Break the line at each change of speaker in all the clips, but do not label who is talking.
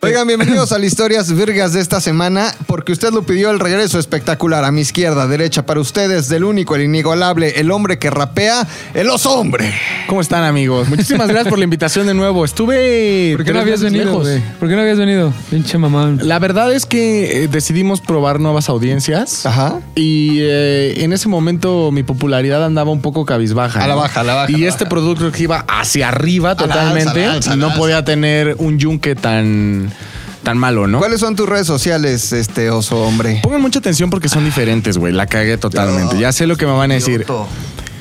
Oigan, bienvenidos a las historias virgas de esta semana, porque usted lo pidió el regreso espectacular a mi izquierda, derecha para ustedes, del único, el inigualable, el hombre que rapea, el oso hombre.
¿Cómo están, amigos? Muchísimas gracias por la invitación de nuevo. Estuve.
¿Por qué
tres
no habías
meses
venido?
lejos.
güey? ¿Por qué no habías venido? Pinche mamón.
La verdad es que eh, decidimos probar nuevas audiencias.
Ajá.
Y eh, en ese momento mi popularidad andaba un poco cabizbaja.
A la
¿no?
baja, a la baja, a
Y
la
este
baja.
producto que iba hacia arriba
la alza, a
totalmente
la alza, a la
no
alza.
podía tener un yunque tan, tan malo, ¿no?
¿Cuáles son tus redes sociales, este oso hombre?
Pongan mucha atención porque son diferentes, güey. La cagué totalmente. ya sé lo que me van a decir.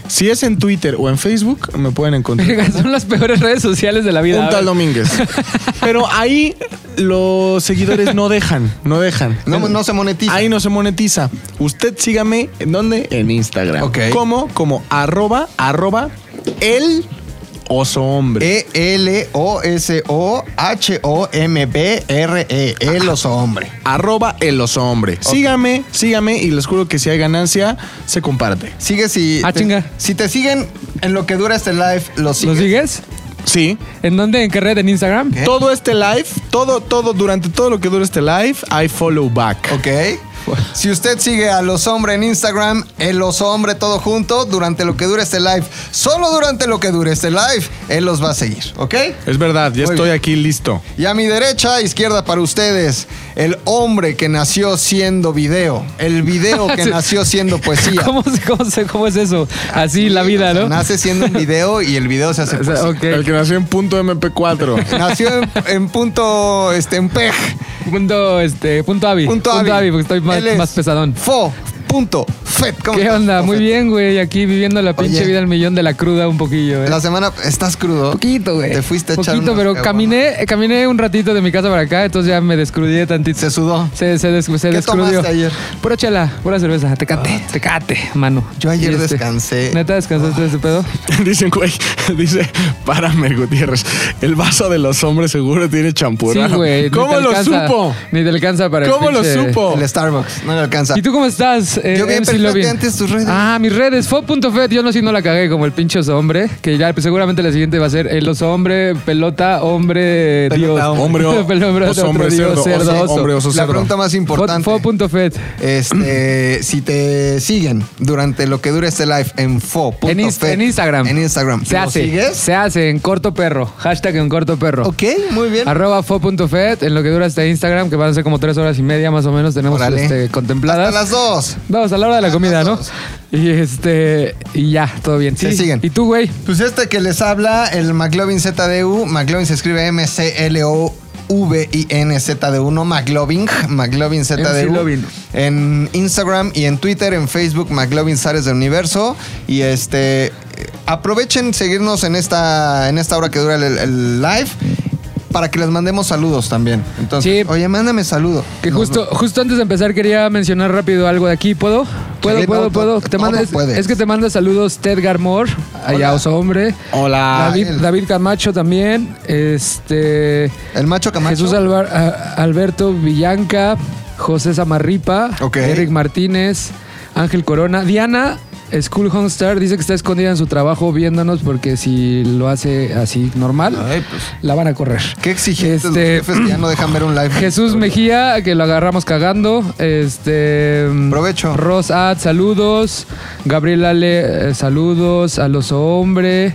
Si es en Twitter o en Facebook, me pueden encontrar.
Verga, Son las peores redes sociales de la vida.
Un tal Domínguez. Pero ahí los seguidores no dejan, no dejan.
No, no se monetiza.
Ahí no se monetiza. Usted sígame en dónde? En Instagram.
Ok.
¿Cómo? Como arroba, arroba el oso hombre.
E E-L-O-S-O-H-O-M-B-R-E, E, el oso hombre.
Arroba el oso hombre. Sígame, sígame y les juro que si hay ganancia, se comparte.
Sigue si.
Ah,
te-
chinga.
Si te siguen en lo que dura este live, lo
¿Lo
sigues.
sigues?
Sí.
¿En dónde? ¿En qué red? ¿En Instagram?
¿Eh?
Todo este live, todo, todo, durante todo lo que dura este live, I follow back.
Ok. Si usted sigue a los hombres en Instagram, el los hombre todo junto, durante lo que dure este live, solo durante lo que dure este live, él los va a seguir, ¿ok?
Es verdad, ya
Muy
estoy
bien.
aquí listo.
Y a mi derecha, izquierda para ustedes, el hombre que nació siendo video, el video que
Sí.
nació siendo poesía.
¿Cómo, se- cómo, se- cómo es eso? Así la
Sí, o
vida,
sea,
¿no?
Nace siendo un video y el video se hace
O sea,
poesía.
ok.
El que nació en punto MP4.
Nació en, en punto, este, en pej.
Punto, este, punto Avi.
Punto Avi.
porque estoy más,
Él es
más pesadón.
Fo, punto, fet. ¿Cómo
¿Qué
estás,
onda?
Fo
Muy
Fet?
bien, güey. Aquí viviendo la pinche vida al millón de la cruda un poquillo, ¿eh?
La semana, ¿estás crudo?
Poquito, güey.
Te fuiste a echar
Poquito,
unas
pero
caguamas.
caminé, caminé un ratito de mi casa para acá, entonces ya me descrudié tantito.
Se sudó.
Se, se, des- se
¿Qué
descrudió.
tomaste ayer? Ah.
Pura chela, pura cerveza. Tecate, tecate, mano.
Yo ayer
Y
descansé. Ah,
¿Neta descansaste de ese pedo?
dice un güey, dice, párame, Gutiérrez. El vaso de los hombres seguro tiene champurrado.
Sí, güey. ni
¿Cómo
te
lo
alcanza-
supo?
Ni te alcanza para el
¿Cómo lo
pinche-
supo?
El Starbucks, no le alcanza.
Oh. ¿Y tú cómo estás? eh,
Yo bien,
MC
pero
Lovin?
espérate antes tus redes.
Ah, mis redes, fo.fed. Yo no sé si no la cagué como el pinche oso hombre, que ya pues, seguramente la siguiente va a ser el oso hombre, pelota, hombre, dios.
Pelota,
Hombre, o-
Pelota,
oso,
otro
hombre, cerdo,
dios, cerdo,
oso,
oso.
hombre, oso,
La
cerdo.
pregunta más importante.
Fo.fed.
Este, si te siguen durante lo que dure este live en fo. punto
En, Inst-
fe-
en Instagram.
En Instagram.
Se
¿Lo
hace.
sigues?
Se hace en corto perro. Hashtag en corto perro.
Ok, muy bien.
Arroba fo.fed en lo que dura este Instagram, que van a ser como tres horas y media más o menos. Tenemos
Órale.
este, contempladas.
Hasta las dos.
Vamos a la hora de la comida, ¿no?
dos.
Y este. Y ya, todo bien.
Se siguen.
¿Y tú, güey?
Pues este que les habla, el McLovin ZDU. McLovin se escribe M-C-L-O. V-I-N-Z-D-1, McLovin, McLovin
MC
ZDU.
Lovin.
En Instagram y en Twitter, en Facebook, McLovin Zares del Universo. Y este, eh, aprovechen seguirnos en esta, en esta hora que dura el, el live para que les mandemos saludos también. Entonces,
Sí.
oye, mándame saludo.
Que justo, justo antes de empezar quería mencionar rápido algo de aquí. ¿Puedo? ¿Puedo,
Sí,
puedo,
no,
puedo?
tú-
Te
no,
manda-
no
es-
puedes.
es que te manda saludos Ted Garmor, allá oso hombre.
Hola.
David,
él.
David Camacho también. Este.
El macho Camacho.
Jesús Alvar- a- Alberto Villanca, José Samarripa,
Ok.
Eric Martínez, Ángel Corona, Diana. School Homestar dice que está escondida en su trabajo viéndonos porque si lo hace así normal,
Ay, pues.
la van a correr.
Qué exigentes los
Este-
jefes que ya no dejan ver un live.
Jesús Mejía, que lo agarramos cagando. Este.
Provecho.
Ros Ad, saludos. Gabriel Ale, eh, saludos. A los hombre.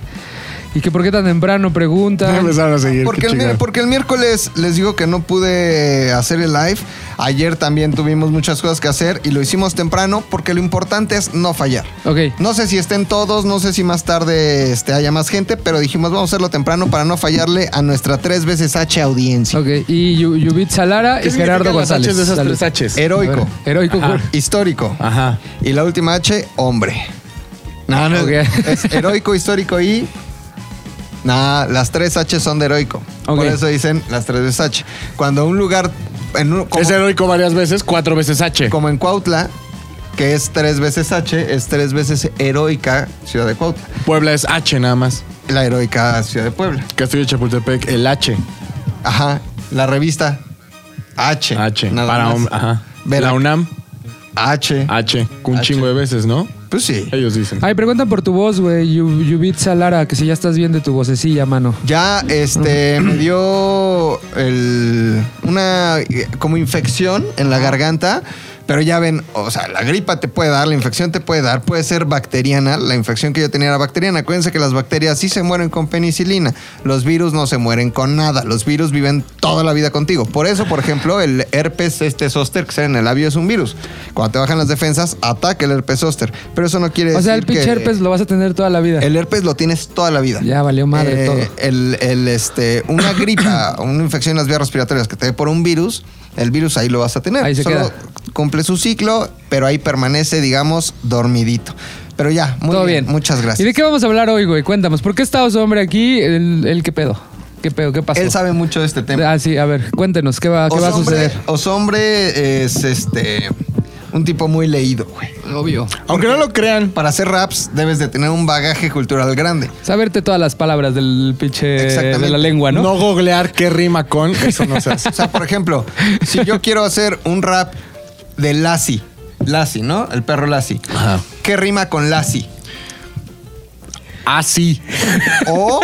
¿Y que por qué tan temprano?
Ya
Pregunta.
empezaron a seguir.
Porque
qué
el,
chingada.
mier- porque el miércoles les digo que no pude hacer el live. Ayer también tuvimos muchas cosas que hacer y lo hicimos temprano porque lo importante es no fallar.
Ok.
No sé si estén todos, no sé si más tarde este, haya más gente, pero dijimos vamos a hacerlo temprano para no fallarle a nuestra tres veces H audiencia.
Ok, y Yu- Yubit Salara
¿Qué
y
significan
Gerardo
las
González.
Hs de esas
Salud.
tres Hs?
Heroico,
A ver, Heroico.
Ajá.
Cur-
Ah, histórico.
Ah.
Ajá.
Y la última H, hombre. No, no,
Ok.
es heroico, histórico y... Nah, las tres H son de heroico.
Ok.
Por eso dicen las tres veces H. Cuando un lugar... En un, como-
Es heroico varias veces, cuatro veces H.
como en Cuautla, que es tres veces H, es tres veces heroica ciudad de Cuautla.
Puebla es H nada más.
La heroica ciudad de Puebla.
Castillo de Chapultepec, el H.
Ajá. La revista H.
H.
nada
Para
más.
hom- ajá. Ah,
Verac-
La UNAM,
H.
H. Un
H.
chingo de veces, ¿no?
Pues sí.
Ellos dicen.
Ay, preguntan por tu voz, güey, Yu- Yubit Salara, que si ya estás bien de tu vocecilla, mano.
Ya este me dio el una eh, como infección en la garganta. Pero ya ven, o sea, la gripa te puede dar, la infección te puede dar, puede ser bacteriana. La infección que yo tenía era bacteriana. Acuérdense que las bacterias sí se mueren con penicilina. Los virus no se mueren con nada. Los virus viven toda la vida contigo. Por eso, por ejemplo, el herpes este zóster que sale en el labio es un virus. Cuando te bajan las defensas, ataca el herpes zóster. Pero eso no quiere
O sea, el
decir que...
pinche herpes lo vas a tener toda la vida.
El herpes lo tienes toda la vida. Eh,
Ya valió madre todo.
El, el, este, una gripa, una infección en las vías respiratorias que te dé por un virus, el virus ahí lo vas a tener.
Ahí se
Solo
queda.
cumple su ciclo, pero ahí permanece, digamos, dormidito. Pero ya, muy
todo
bien,
bien.
Muchas gracias.
¿Y de qué vamos a hablar hoy, güey? Cuéntanos. ¿Por qué está Oso Hombre aquí? ¿El, el qué pedo? ¿Qué pedo? ¿Qué pasó?
Él sabe mucho de este tema.
Ah, sí, a ver, cuéntenos, ¿qué va, qué va a
Osombre-
suceder?
Osombre es este un tipo muy leído, güey.
Obvio.
Aunque no lo crean,
Para hacer raps debes de tener un bagaje cultural grande.
Saberte todas las palabras del pinche
Exactamente.
de la lengua, ¿no?
no googlear qué rima con, eso no se hace.
O sea, por ejemplo, si yo quiero hacer un rap de Lassie, Lassie, ¿no? El perro Lassie.
Ajá.
¿Qué rima con Lassie?
Así.
O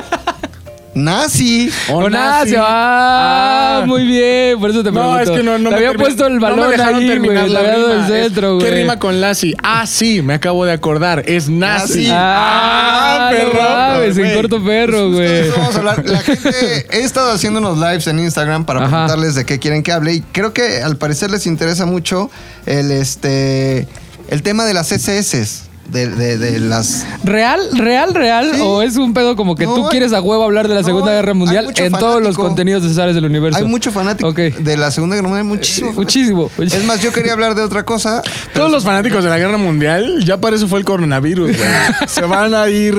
Nazi.
Con Asia. Ah, muy bien, por eso te pregunto.
No, es que no, no
Te había
termi-
puesto el
no
balón
me dejaron
ahí,
terminar
güey,
la
le había dado
rima.
el centro,
Es-
güey.
¿Qué rima con Lassie? Ah, sí, me acabo de acordar. Es nazi.
Nazi.
Ah, perro. en
güey.
corto perro,
De
güey.
eso vamos a hablar. La gente he estado haciendo unos lives en Instagram para
Ajá.
preguntarles de qué quieren que hable y creo que al parecer les interesa mucho el este el tema de las CSS. De, de- de las
¿Real, real, real?
Sí.
¿O es un pedo como que
No,
tú
hay-
quieres a huevo hablar de la
no,
Segunda Guerra
hay
Mundial en
mucho
todos los
fanático.
contenidos necesarios del universo?
hay mucho fanático
Ok.
de la Segunda Guerra Mundial, muchísimo.
Muchísimo.
Es más, yo quería hablar de otra cosa.
Todos los fanáticos de la guerra mundial, ya para eso fue el coronavirus, güey. Se van a ir,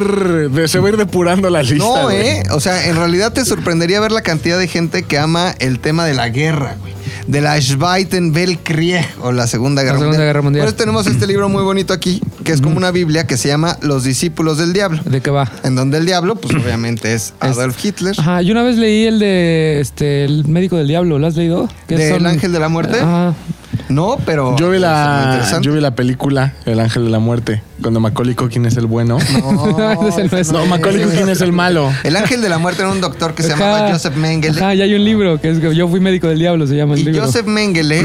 de- se va a ir depurando la lista.
No,
güey.
eh. O sea, en realidad te sorprendería ver la cantidad de gente que ama el tema de la guerra, güey. De la Schweitenweltkrieg o la Segunda Guerra
Segunda
Mundial.
Guerra Mundial.
Por eso tenemos este libro muy bonito aquí, que es como una Biblia que se llama Los discípulos del diablo.
¿De qué va?
En donde el diablo, pues obviamente es Adolf Hitler.
Ajá, yo una vez leí el de este el médico del diablo, ¿lo has leído? Que
¿Del ángel de la muerte?
Ajá.
No, pero
Yo vi,
es muy
la,
interesante.
yo vi la película El Ángel de la Muerte, cuando Macaulay Culkin es el bueno.
No, ese es el
ese
nuestro.
No,
es.
Macaulay Culkin es el malo.
El ángel de la muerte era un doctor que se llamaba
Ajá.
Joseph Mengele.
Ajá, y hay un libro que es que yo fui médico del diablo, se llama el
Y
libro.
Joseph Mengele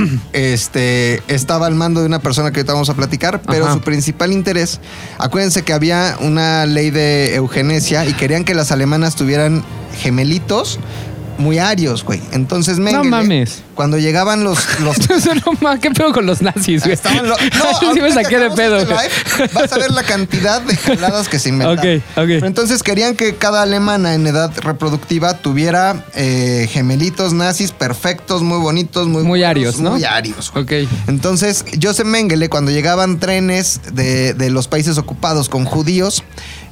este, estaba al mando de una persona que ahorita vamos a platicar, pero
Ajá.
su principal interés, acuérdense que había una ley de eugenesia y querían que las alemanas tuvieran gemelitos muy arios, güey. Entonces Mengele,
mames.
cuando llegaban los... los
Eso no ma- ¿qué pedo con los nazis, güey?
estaban lo-
Sí
ahorita
me
que
saqué de
acabamos
pedo.
este
güey.
live, vas a ver la cantidad de jaladas que se inventaron.
Ok, ok.
Pero entonces querían que cada alemana en edad reproductiva tuviera eh, gemelitos nazis perfectos, muy bonitos, muy...
Muy
buenos,
arios, ¿no?
Muy arios, güey.
Ok.
Entonces, Joseph Mengele, cuando llegaban trenes de, de los países ocupados con judíos,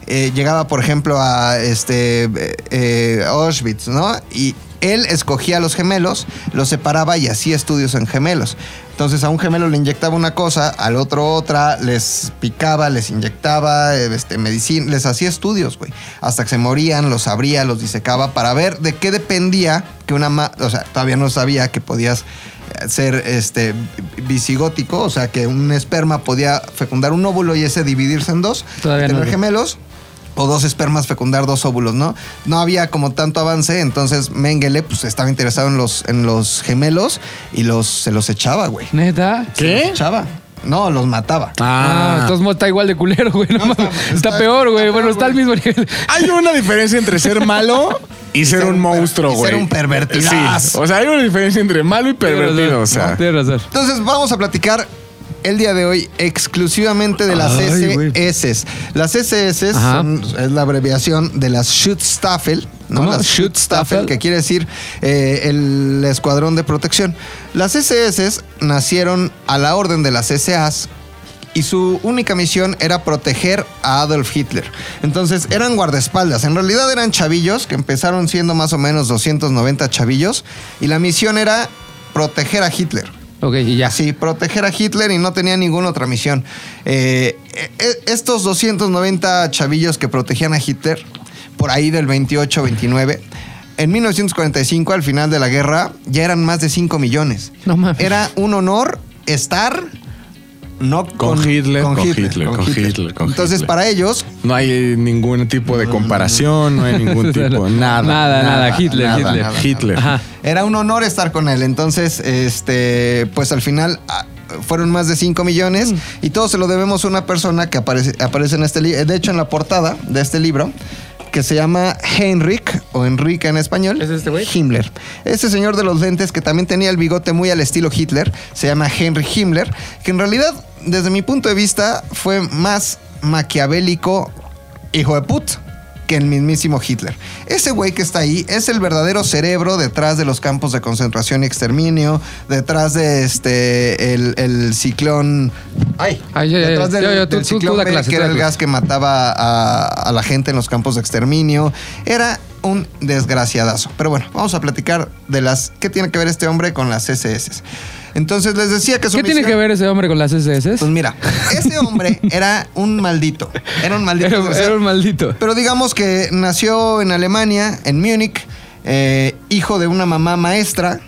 eh, llegaba, por ejemplo, a este eh, eh, Auschwitz, ¿no? Y él escogía a los gemelos, los separaba y hacía estudios en gemelos. Entonces, a un gemelo le inyectaba una cosa, al otro otra, les picaba, les inyectaba eh, este, medicina, les hacía estudios, güey. Hasta que se morían, los abría, los disecaba para ver de qué dependía que una... ma- o sea, todavía no sabía que podías ser este visigótico, o sea que un esperma podía fecundar un óvulo y ese dividirse en dos,
Todavía
y tener
no.
gemelos. O dos espermas fecundar dos óvulos, ¿no? No había como tanto avance, entonces Mengele pues estaba interesado en los, en los gemelos y los, se los echaba, güey.
Neta.
Se
¿Qué?
los echaba. No, los mataba.
Ah, entonces está igual de culero, güey. no
No, está-
mames. está,
está-
peor, güey.
está
bueno,
peor,
está al
güey.
mismo nivel.
Hay una diferencia entre ser malo y ser un
un per-
monstruo,
y
güey.
ser un Ah, pervertidazo.
Sí. O sea, hay una diferencia entre malo y pervertido. O sea,
Tienes razón.
Entonces vamos a platicar el día de hoy exclusivamente de las
Ay, güey.
SS. Las SS
Ajá.
son- es la abreviación de las Schutzstaffel, ¿no?
¿Cómo?
Las
Schutzstaffel.
Schutzstaffel, que quiere decir eh, el escuadrón de protección. Las SS nacieron a la orden de las SAs y su única misión era proteger a Adolf Hitler. Entonces eran guardaespaldas, en realidad eran chavillos que empezaron siendo más o menos 290 chavillos y la misión era proteger a Hitler.
Ok, y ya.
Así, proteger a Hitler y no tenía ninguna otra misión. Eh, eh, estos 290 chavillos que protegían a Hitler, por ahí del 28-29, en 1945, al final de la guerra, ya eran más de 5 millones.
No mames.
Era un honor estar no
Con Hitler, con Hitler, con Hitler, con
Entonces,
Hitler.
para ellos,
no hay ningún tipo de comparación, no hay ningún tipo. Nada.
Nada, nada, Hitler, Hitler.
Hitler.
Ajá.
Era un honor estar con él. Entonces, este, pues al final ah, fueron más de 5
Mm.
millones y todo se lo debemos a una persona que aparece, aparece en este libro, de hecho en la portada de este libro, que se llama Henrik o Enrique en español.
¿Es este güey?
Himmler. Este señor de los lentes que también tenía el bigote muy al estilo Hitler, se llama Henry Himmler, que en realidad, desde mi punto de vista, fue más maquiavélico, hijo de put, que el mismísimo Hitler. Ese güey que está ahí es el verdadero cerebro detrás de los campos de concentración y exterminio, detrás de este, el, el ciclón. Ay,
Ay, ay, ay.
detrás del,
Yo, yo, tú-
del
tú- tú
ciclón
da
B,
clase,
que
tú
era
da
el
clase.
gas que mataba a, a la gente en los campos de exterminio. Era un desgraciadazo. Pero bueno, vamos a platicar de las. ¿Qué tiene que ver este hombre con las CSS? Entonces les decía que su
¿Qué tiene
misión-
que ver ese hombre con las SS?
Pues mira, ese hombre era un maldito. Era un maldito.
Era,
desgraciado.
era un maldito.
Pero digamos que nació en Alemania, en Múnich, eh, hijo de una mamá maestra,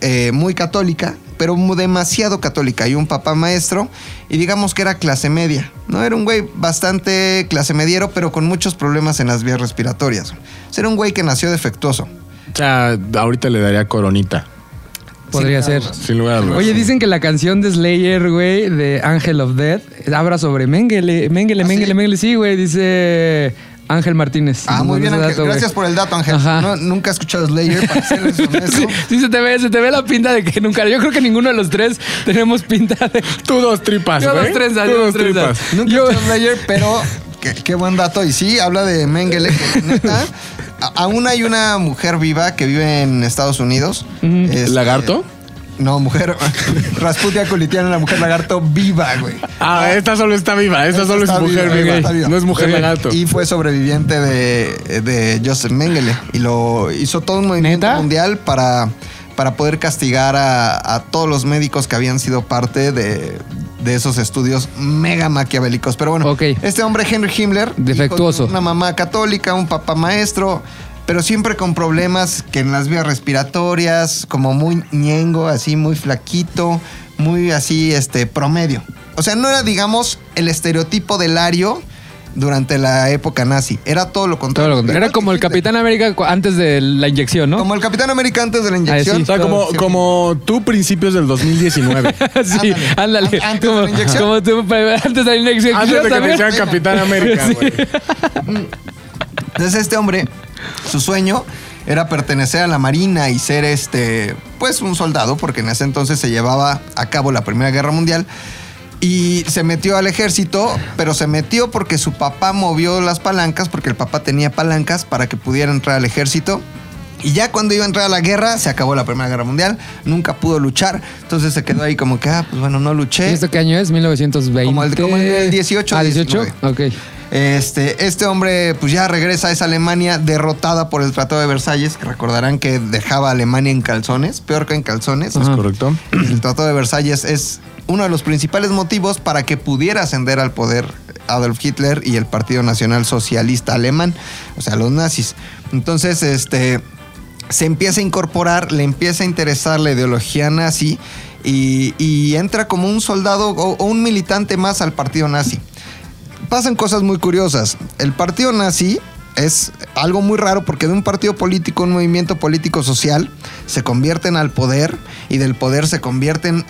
eh, muy católica, pero mu- demasiado católica, y un papá maestro, y digamos que era clase media, ¿no? Era un güey bastante clase mediero, pero con muchos problemas en las vías respiratorias. O sea, era un güey que nació defectuoso.
O sea, ahorita le daría coronita.
Podría ser.
Sin lugar a dudas.
Oye, dicen que la canción de Slayer, güey, de Angel of Death, habla sobre Mengele, Mengele,
¿Ah,
Mengele,
sí?
Mengele. Sí, güey, dice Ángel Martínez.
Ah, muy
Nos
bien,
da
Ángel.
dato, güey.
Gracias por el dato, Ángel.
Ajá.
No, nunca he escuchado Slayer, para serles
Sí,
honesto.
sí se te ve, se te ve la pinta de que nunca. Yo creo que ninguno de los tres tenemos pinta de.
Tú dos tripas,
Yo
güey.
dos trenzas,
Tú
yo
dos
dos trenzas.
tripas.
Nunca
Yo-
he hecho Slayer, pero qué, qué buen dato. Y sí, habla de Mengele. que neta, a- aún hay una mujer viva que vive en Estados Unidos. Este,
¿Lagarto?
No, mujer. Rasputia colitiana, la mujer lagarto viva, güey.
Ah, esta solo está viva. Esta, Ah, solo es
está
mujer
viva,
viva.
está viva.
No es mujer
Oye,
lagarto.
Y fue sobreviviente de, de Joseph Mengele. Y lo hizo todo un movimiento
¿Neta?
mundial para, para poder castigar a, a todos los médicos que habían sido parte de, de esos estudios mega maquiavélicos. Pero bueno,
Ok.
este hombre, Henry Himmler, hijo de
Defectuoso.
Una mamá católica, un papá maestro. Pero siempre con problemas que en las vías respiratorias, como muy ñengo, así muy flaquito, muy así, este, promedio. O sea, no era, digamos, el estereotipo del ario durante la época nazi. Era todo lo
Todo
contrario.
lo contrario.
Igual
Era como
que
el
Hitler.
Capitán América cu- antes de la inyección, ¿no? Ah,
Como el Capitán América antes de la inyección.
sí.
o sea, como,
Sí.
como tú principios del 2019.
sí,
ándale.
ándale.
Antes de
como,
la inyección.
como tú, pre- antes de la inyección.
Antes de que te
también.
hicieran Capitán América,
Sí.
güey.
Entonces este hombre, su sueño era pertenecer a la Marina y ser este, pues un soldado, porque en ese entonces se llevaba a cabo la Primera Guerra Mundial. Y se metió al ejército, pero se metió porque su papá movió las palancas, porque el papá tenía palancas para que pudiera entrar al ejército. Y ya cuando iba a entrar a la guerra, se acabó la Primera Guerra Mundial, nunca pudo luchar, entonces se quedó ahí como que, ah, pues bueno, no
¿Y
luché.
esto qué año es? 1920.
Como el- como el 18,
Ah, 18.
19.
Ok.
Este, este hombre pues ya regresa a esa Alemania derrotada por el Tratado de Versalles, que recordarán que dejaba a Alemania en calzones, peor que en calzones.
Ajá.
Correcto.
El Tratado de Versalles es uno de los principales motivos para que pudiera ascender al poder Adolf Hitler y el Partido Nacional Socialista Alemán, o sea, los nazis. Entonces, este, se empieza a incorporar, le empieza a interesar la ideología nazi y, y entra como un soldado o- o un militante más al Partido Nazi pasan cosas muy curiosas. El partido nazi es algo muy raro porque de un partido político, un movimiento político social, se convierten al poder y del poder se convierten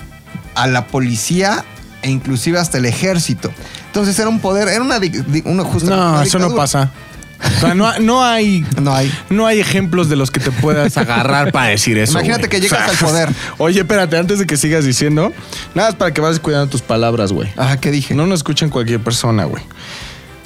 a la policía e inclusive hasta el ejército. Entonces era un poder, era una, dic- di- una justa-
No,
una
eso no
dictadura.
pasa. O sea, no, no hay.
No hay.
No hay ejemplos de los que te puedas agarrar para decir eso.
Imagínate
güey.
que llegas al poder.
Oye, espérate, antes de que sigas diciendo, nada más para que vayas cuidando tus palabras, güey.
Ajá, ¿qué dije?
No nos escuchan cualquier persona, güey.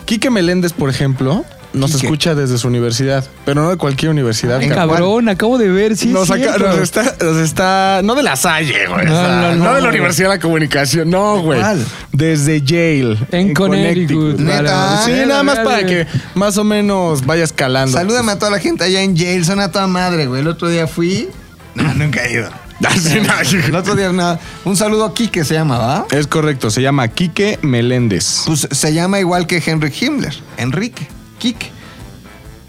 Quique Meléndez, por ejemplo, nos
Quique. Ah,
escucha desde su universidad, pero no de cualquier universidad.
Ay,
cabrón.
Cabrón, acabo de ver, sí.
nos,
es
saca-
cierto.
nos está, nos está- No de la Salle, güey. o
No,
sea,
no,
No, de
no,
la
güey.
Universidad de la Comunicación. No, güey.
cuál?
Desde Yale.
En Connecticut.
Neta.
Vale,
Sí,
vale.
nada más para que más o menos vayas calando.
Salúdame a toda la gente allá en Yale, son a toda madre, güey. El otro día fui. No, nunca he ido.
Así, Ah, no,
El otro día nada. Un saludo a Quique se llama, ¿va?
Es correcto, se llama Quique Meléndez.
Pues se llama igual que Henry Himmler. Enrique. Kik.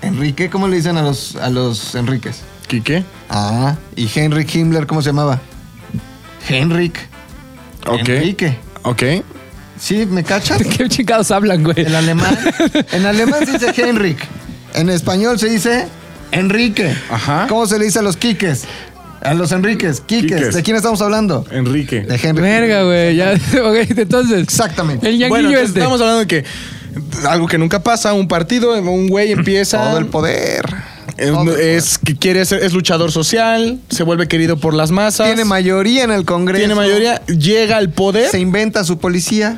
Enrique, ¿cómo le dicen a los, a los Enriques?
¿Quique?
Ah, y Henry Himmler, ¿cómo se llamaba? Henrik.
Ok.
Enrique.
Ok.
¿Sí? ¿Me cachas?
¿Qué chingados hablan, güey?
El alemán. En alemán se dice Henrik. En español se dice Enrique.
Ajá.
¿Cómo se le dice a los Quiques? A los Enriques. Quiques.
Quiques. Eh,
¿De quién estamos hablando?
Enrique.
De Henry.
Verga, güey. Ya, ok, entonces.
Exactamente.
El
Bueno,
yanguillo
entonces
este.
estamos hablando de que algo que nunca pasa, un partido, un güey empieza...
Todo el poder.
Eh,
Todo el
es que quiere ser, es luchador social, se vuelve querido por las masas.
Tiene mayoría en el Congreso.
tiene mayoría, llega al poder.
Se inventa su policía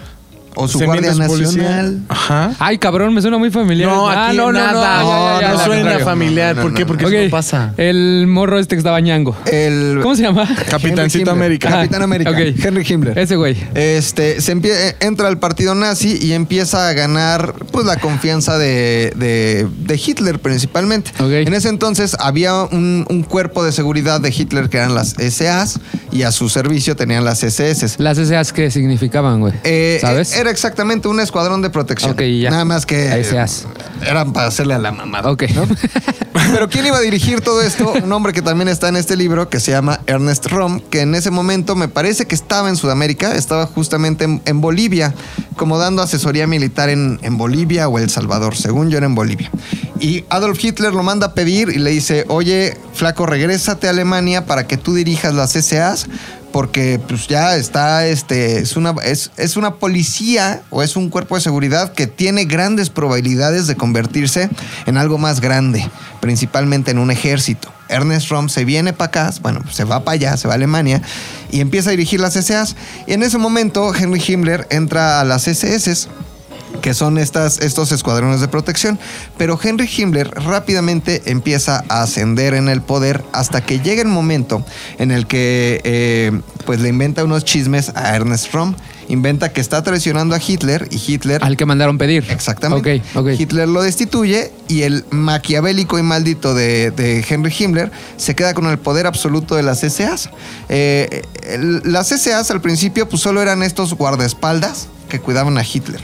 o su
se
guardia
miente a su policía.
nacional.
Ajá.
Ay, cabrón, me suena muy familiar.
No,
Ah,
aquí
no, no,
nada.
no, ya, ya, ya,
No
ya,
suena
ya.
familiar.
No, no,
¿Por qué?
no,
Porque
Ok,
eso no pasa.
El morro este que estaba ñango.
El
¿Cómo se llama?
Capitancito
Henry Himmler.
América.
Capitán
Ah,
América.
ok.
Henry Himmler.
Ese güey.
Este, se empie- entra al partido nazi y empieza a ganar pues la confianza de, de- de Hitler principalmente.
Ok.
En ese entonces había un, un cuerpo de seguridad de Hitler que eran las SAs y a su servicio tenían las SS.
Las SAs que significaban, güey.
Eh,
¿Sabes?
Era exactamente un escuadrón de protección.
Ok, ya.
Nada más que
Ahí seas.
eran para hacerle a la mamada.
ok.
Pero ¿quién iba a dirigir todo esto? Un hombre que también está en este libro que se llama Ernest Rom, que en ese momento me parece que estaba en Sudamérica, estaba justamente en, en Bolivia, como dando asesoría militar en, en Bolivia o El Salvador, según yo era en Bolivia. Y Adolf Hitler lo manda a pedir y le dice, oye, flaco, regrésate a Alemania para que tú dirijas las SAs. Porque pues ya está, este, es una, es, es una policía o es un cuerpo de seguridad que tiene grandes probabilidades de convertirse en algo más grande principalmente en un ejército. Ernest Rom se viene para acá, bueno, se va para allá, se va a Alemania y empieza a dirigir las SAs. Y en ese momento Henry Himmler entra a las SS, que son estas, estos escuadrones de protección. Pero Henry Himmler rápidamente empieza a ascender en el poder hasta que llega el momento en el que eh, pues le inventa unos chismes a Ernest Rom. Inventa que está traicionando a Hitler y Hitler
Al que mandaron pedir.
Exactamente.
Ok, ok.
Hitler lo destituye y el maquiavélico y maldito de, de Henry Himmler se queda con el poder absoluto de las SAs. Eh, el- las SAs al principio pues solo eran estos guardaespaldas que cuidaban a Hitler.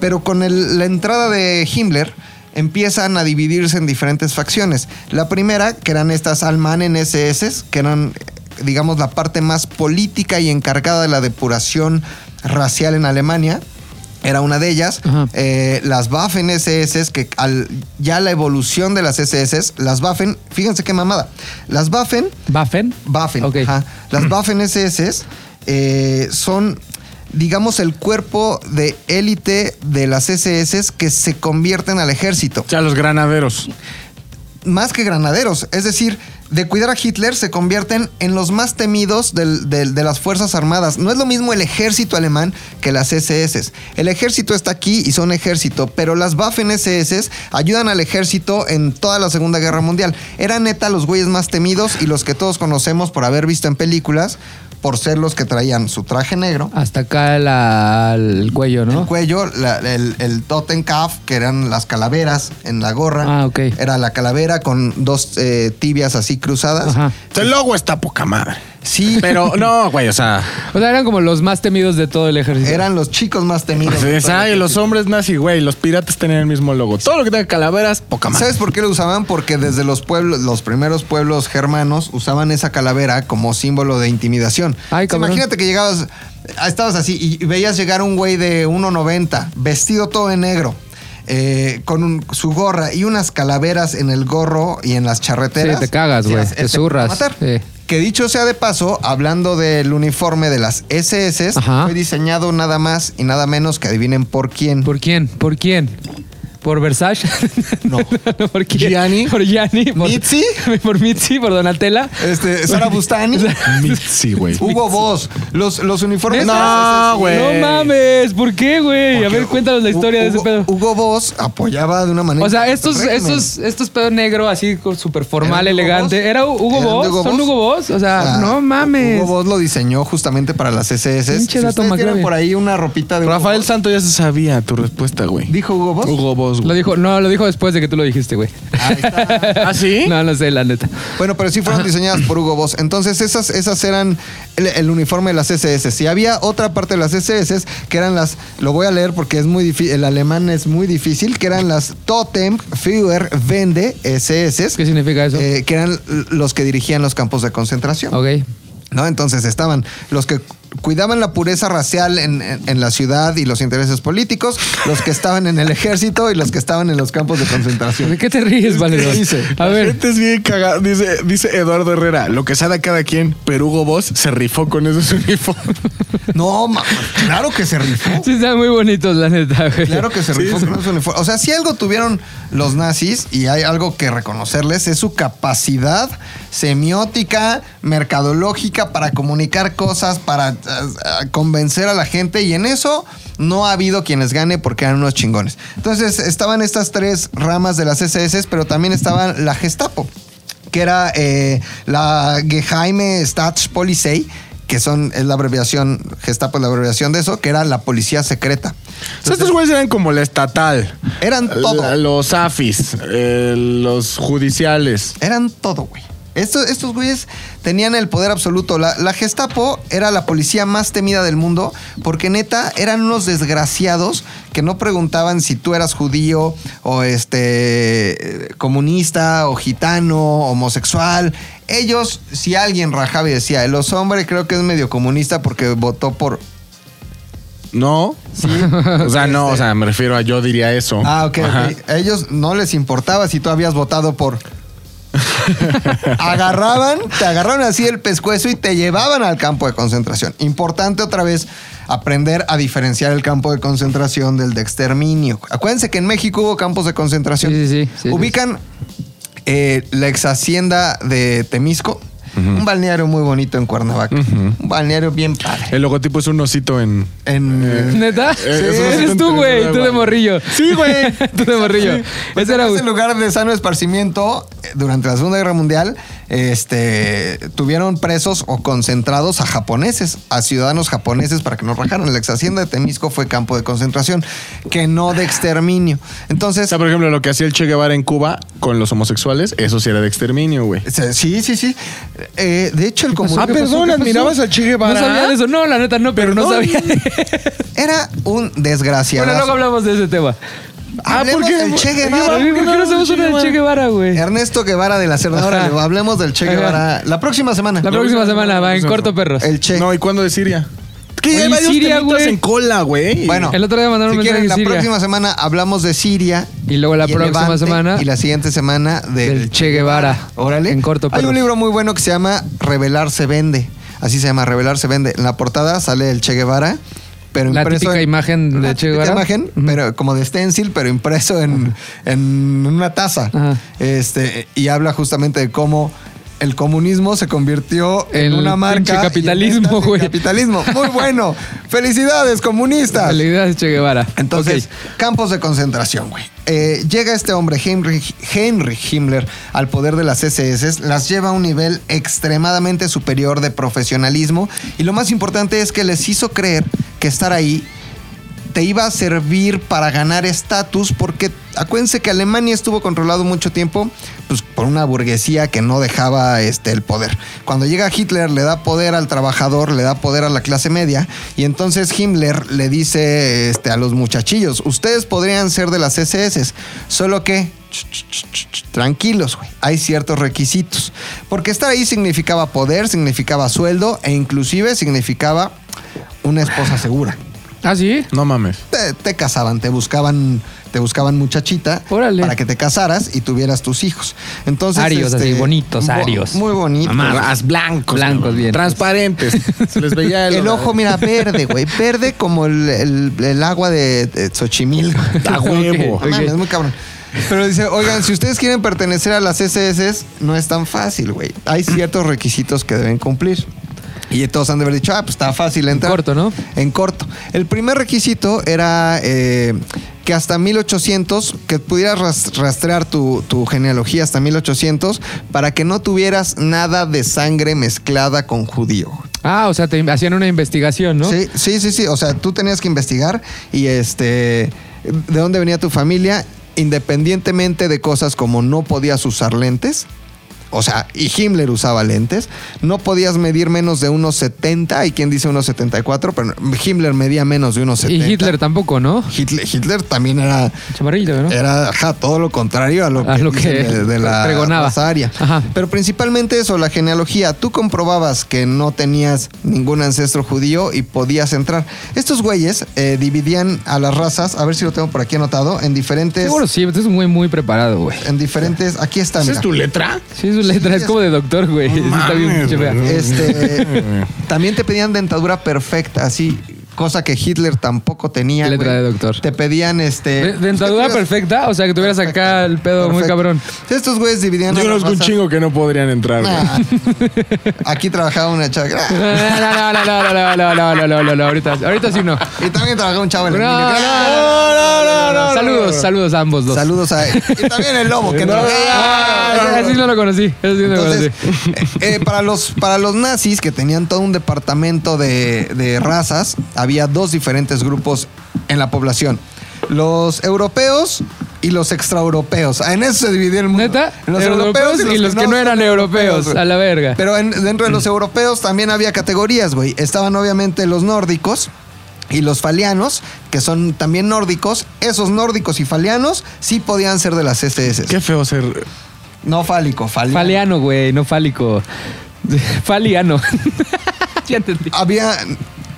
Pero con el- la entrada de Himmler empiezan a dividirse en diferentes facciones. La primera, que eran estas Almanen SS, que eran digamos la parte más política y encargada de la depuración racial en Alemania, era una de ellas.
Ajá.
Eh, las Waffen SS, que al, ya la evolución de las SS, las Waffen, fíjense qué mamada. Las Waffen,
¿Baffen?
Waffen,
Ok.
ajá, las Waffen SS eh, son, digamos, el cuerpo de élite de las SS que se convierten al ejército
O sea, los granaderos.
más que granaderos. Es decir, de cuidar a Hitler se convierten en los más temidos del- del- de las Fuerzas Armadas. No es lo mismo el ejército alemán que las SS. El ejército está aquí y son ejército, pero las Waffen SS ayudan al ejército en toda la Segunda Guerra Mundial. Eran neta los güeyes más temidos y los que todos conocemos por haber visto en películas, por ser los que traían su traje negro.
Hasta acá la- el cuello, ¿no?
El cuello, la- el, el Tottenkopf, que eran las calaveras en la gorra.
Ah, ok.
Era la calavera con dos eh, tibias así cruzadas.
Ajá.
El logo está poca madre.
Sí,
Pero no, güey, o sea.
O sea, eran como los más temidos de todo el ejército.
eran los chicos más temidos. de todo
Esa, y
el
los hombres nazi, güey, los piratas tenían el mismo logo. Todo lo que tenga calaveras, poca madre.
¿Sabes por qué lo usaban? Porque desde los pueblos, los primeros pueblos germanos usaban esa calavera como símbolo de intimidación.
Ay, cabrón.
imagínate que llegabas, ah, estabas así y y veías llegar un güey de 1.90, vestido todo de negro. eh, con un- su gorra y unas calaveras en el gorro y en las charreteras.
Sí, te cagas, güey,
Decías,
te
"Este
zurras,
va a matar".
sí.
Que dicho sea de paso, hablando del uniforme de las SS,
Ajá.
fue diseñado nada más y nada menos que adivinen por quién.
¿Por quién? ¿Por quién? ¿Por Versace?
No.
¿Por quién?
Gianni.
¿Por Gianni? ¿Por
¿Mitzi?
¿Por Mitzi? ¿Por Donatella?
Este, Sara Bustani.
Sí, güey.
Hubo voz. Los, los uniformes.
No,
de las SS.
güey.
No mames, ¿por qué, güey? A ver, cuéntanos la historia de ese
Uh, Hugo-
pedo.
Hugo Boss apoyaba de una manera.
O sea, estos,
régimen.
estos, estos pedo negro así con súper formal,
¿Eran Hugo
elegante.
Boss?
¿Era Hugo
¿Eran de
Boss?
Hugo
¿Son
Boss?
Hugo Boss? O sea,
Ah,
no mames.
Hugo Boss lo diseñó justamente para las SS.
Pinche
Si
dato
ustedes
McLovin.
tienen por ahí una ropita de Hugo
Rafael
Boss-
Santo ya se sabía tu respuesta, güey.
¿Dijo Hugo Boss?
Hugo Boss,
Lo
güey.
dijo, no, lo dijo después de que tú lo dijiste, güey.
Ahí está.
¿Ah, sí?
No, no sé, la neta.
Bueno, pero sí fueron diseñadas por Hugo Boss. Entonces, esas, esas eran el, el uniforme de las SS. Y había otra parte de las SS que eran las. Lo voy a leer porque es muy difícil. El alemán es muy difícil. Que eran las Totem, Führer, Wende, SS.
¿Qué significa eso?
eh, que eran los que dirigían los campos de concentración.
ok.
¿no? Entonces estaban los que cuidaban la pureza racial en, en- en la ciudad y los intereses políticos, los que estaban en el ejército y los que estaban en los campos de concentración.
¿De qué te ríes, Valedor?
Dice,
A
La
ver,
gente es bien cagada. Dice, dice Eduardo Herrera, lo que sabe cada quien, pero Hugo Boss se rifó con esos uniformes.
No, ma- claro que se rifó.
sí están muy bonitos, la neta, güey.
Claro que se
Sí,
rifó
sí.
con su uniforme. O sea, si algo tuvieron los nazis, y hay algo que reconocerles, es su capacidad semiótica, mercadológica para comunicar cosas, para eh, eh, convencer a la gente, y en eso no ha habido quien les gane porque eran unos chingones. Entonces, estaban estas tres ramas de las SS, pero también estaba la Gestapo, que era eh, la Geheime Staatspolizei, que son, es la abreviación, Gestapo es la abreviación de eso, que era la policía secreta.
O sea, estos güeyes eran como la estatal.
Eran todo.
La- los AFIS, eh, los judiciales.
Eran todo, güey. Estos, estos güeyes tenían el poder absoluto. La, la Gestapo era la policía más temida del mundo porque neta eran unos desgraciados que no preguntaban si tú eras judío o este eh, comunista o gitano, homosexual. Ellos, si alguien rajaba y decía, el hombres creo que es medio comunista porque votó por...
No. O sea, no, o sea, me refiero a yo diría eso.
Ah, ok, ok.
Ajá.
A ellos no les importaba si tú habías votado por... agarraban, te agarraron así el pescuezo y te llevaban al campo de concentración. Importante otra vez aprender a diferenciar el campo de concentración del de exterminio. Acuérdense que en México hubo campos de concentración.
Sí, sí, sí, sí,
Ubican eh, la ex hacienda de Temisco, un balneario muy bonito en Cuernavaca, un balneario bien padre.
El logotipo es un osito en.
En,
¿Neta?
Eh, eso no se
Eres
te
tú, güey.
enteró,
Tú de
güey.
morrillo.
Sí, güey.
tú de morrillo.
Pues
Ese era...
en ese lugar de sano esparcimiento, eh, durante la Segunda Guerra Mundial, este, tuvieron presos o concentrados a japoneses, a ciudadanos japoneses para que no rajaran. La ex hacienda de Temisco fue campo de concentración, que no de exterminio.
O
Entonces,
sea, por ejemplo, lo que hacía el Che Guevara en Cuba con los homosexuales, eso sí era de exterminio, güey.
se- sí, sí, sí. Eh, de hecho, el comunismo
Ah, perdón, admirabas al Che Guevara.
No sabía de eso. No, la neta, no, pero no
Perdón.
sabía de
era un desgraciado.
Bueno, luego hablamos de ese tema.
Ah,
¿por
porque
qué?
del Che
¿Por
Guevara.
qué no hacemos una del Che Guevara, güey?
Ernesto Guevara de la Cerradora.
Ajá.
Hablemos del Che
Ajá.
Guevara la próxima semana.
La próxima semana va en
Eso.
corto, perros.
El Che.
No, ¿y cuándo de Siria?
Oye,
hay varios
Siria,
temitas
güey.
en cola, güey.
Bueno,
El otro día mandaron
Si
un mensaje
quieren,
de
la
Siria.
próxima semana hablamos de Siria.
Y luego la
el
próxima semana
Y la siguiente semana del,
del Che Guevara.
Órale.
En corto,
Hay
perros.
un libro muy bueno que se llama Revelar se vende. Así se llama, Revelar se vende. En la portada sale el Che Guevara. Pero
La
impreso
típica
en-
imagen de
La
Che
típica
Guevara.
imagen,
Ujú.
pero como de stencil, pero impreso en, en una taza.
Ajá.
Este, y habla justamente de cómo el comunismo se convirtió en
El
una
pinche
marca. y en
capitalismo,
ventas y
güey.
Capitalismo. Muy bueno. Felicidades, comunistas.
La idea de Che Guevara.
Entonces,
Ok.
campos de concentración, güey. Eh, llega este hombre, Heinrich, Heinrich Himmler, al poder de las SS, las lleva a un nivel extremadamente superior de profesionalismo y lo más importante es que les hizo creer que estar ahí te iba a servir para ganar estatus porque acuérdense que Alemania estuvo controlado mucho tiempo pues, por una burguesía que no dejaba este, el poder. Cuando llega Hitler le da poder al trabajador, le da poder a la clase media y entonces Himmler le dice este, a los muchachillos, ustedes podrían ser de las SS, solo que ch, ch, ch, ch, ch, tranquilos, güey, hay ciertos requisitos. Porque estar ahí significaba poder, significaba sueldo e inclusive significaba una esposa segura
¿Ah, sí?
No mames.
te, te casaban, te buscaban, te buscaban muchachita
Órale.
para que te casaras y tuvieras tus hijos. Entonces,
Arios, así, bonitos,
bo-
arios.
Muy bonitos.
Mamás blancos.
Blancos, bien.
Transparentes. Se les veía el,
El ojo, mira, verde, güey. Verde como el, el- el agua de de Xochimilco.
A huevo.
Ok.
No mames, muy cabrón. Pero dice, oigan, si ustedes quieren pertenecer a las SS, no es tan fácil, güey. Hay ciertos requisitos que deben cumplir. Y todos han de haber dicho, ah, pues está fácil entrar.
corto, ¿no?
En corto. El primer requisito era eh, que hasta 1800, que pudieras ras- rastrear tu, tu genealogía hasta 1800, para que no tuvieras nada de sangre mezclada con judío.
Ah, o sea, te hacían una investigación, ¿no?
Sí, sí, sí, sí. O sea, tú tenías que investigar y este de dónde venía tu familia, independientemente de cosas como no podías usar lentes. o sea, y Himmler usaba lentes, no podías medir menos de 1,70, hay quien dice 1,74, pero Himmler medía menos de 1,70.
Y Hitler tampoco, ¿no?
Hitler, Hitler también era,
Chamarrillo, ¿no?
era ajá, todo lo contrario a lo que,
A lo
dicen
que
de, de la
pregonaba.
raza aria.
Ajá.
Pero principalmente eso, la genealogía. Tú comprobabas que no tenías ningún ancestro judío y podías entrar. Estos güeyes eh, dividían a las razas, a ver si lo tengo por aquí anotado, en diferentes...
Seguro sí, este es muy, muy preparado, güey.
En diferentes... Aquí está,
¿Esa
mira.
es tu letra?
Sí, su letra es
es-
como de doctor, güey. Sí, está bien
Mames,
pinche fea.
güey.
Este, también te pedían dentadura perfecta, así, cosa que Hitler tampoco tenía.
Letra
güey.
de doctor.
Te pedían este.
De- Dentadura
Usted tuviera-
perfecta, o sea, que tuvieras acá el pedo muy
Perfecto.
cabrón.
Estos güeyes dividían.
Yo
a la
conozco un
raza.
chingo que no podrían entrar. güey.
Nah.
Ah.
Aquí trabajaba una chaca.
No, no, no, no, no, no, no, no, no, no, no, ahorita, ahorita sí no.
Y también trabajaba un chavo en
No,
el
no,
mini-
no, no, no, no. Saludos, saludos a ambos dos.
Saludos a. Y también el lobo que trabajaba.
Ah, Ese sí no lo conocí, ese sí no lo conocí.
Entonces, eh, eh, para, los, para los nazis, que tenían todo un departamento de, de razas, había dos diferentes grupos en la población. Los europeos y los extraeuropeos. Ah, En eso se dividía el mundo.
Neta,
En
los europeos y los que no eran europeos, a la verga.
Pero en- dentro de los europeos también había categorías, güey. Estaban obviamente los nórdicos. Y los falianos, que son también nórdicos, esos nórdicos y falianos sí podían ser de las SS.
Qué feo ser.
No fálico, faliano.
Faliano, güey, no fálico. Faliano. ya entendí.
Había.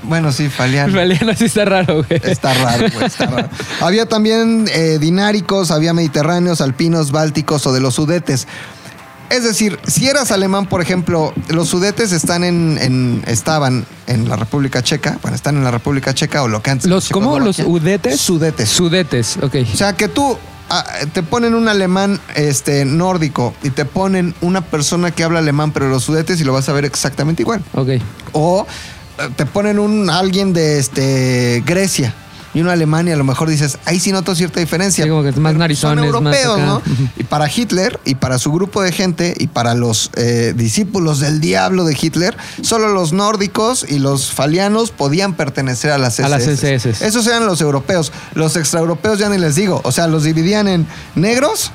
Bueno, sí, faliano.
Faliano sí está raro, güey.
Está raro, güey, está raro. Había también eh, dináricos, había mediterráneos, alpinos, bálticos o de los sudetes. Es decir, si eras alemán, por ejemplo, los sudetes están en, en- estaban en la República Checa, bueno, están en la República Checa o lo que antes.
Los, ¿Cómo? ¿Los
Checoslovaquia.
udetes?
Sudetes.
Sudetes, ok.
O sea, que tú ah, te ponen un alemán este, nórdico y te ponen una persona que habla alemán, pero los sudetes y lo vas a ver exactamente igual.
Ok.
O eh, te ponen un alguien de este Grecia y uno Alemania, a lo mejor dices, ahí sí noto cierta diferencia.
Sí, como que más
Pero pues
narizones,
Son
más
europeos,
acá.
¿no?
Ujú.
Y para Hitler y para su grupo de gente y para los eh, discípulos del diablo de Hitler, solo los nórdicos y los falianos podían pertenecer a las SS.
A las SS.
Esos eran los europeos. Los extraeuropeos ya ni les digo. O sea, los dividían en negros,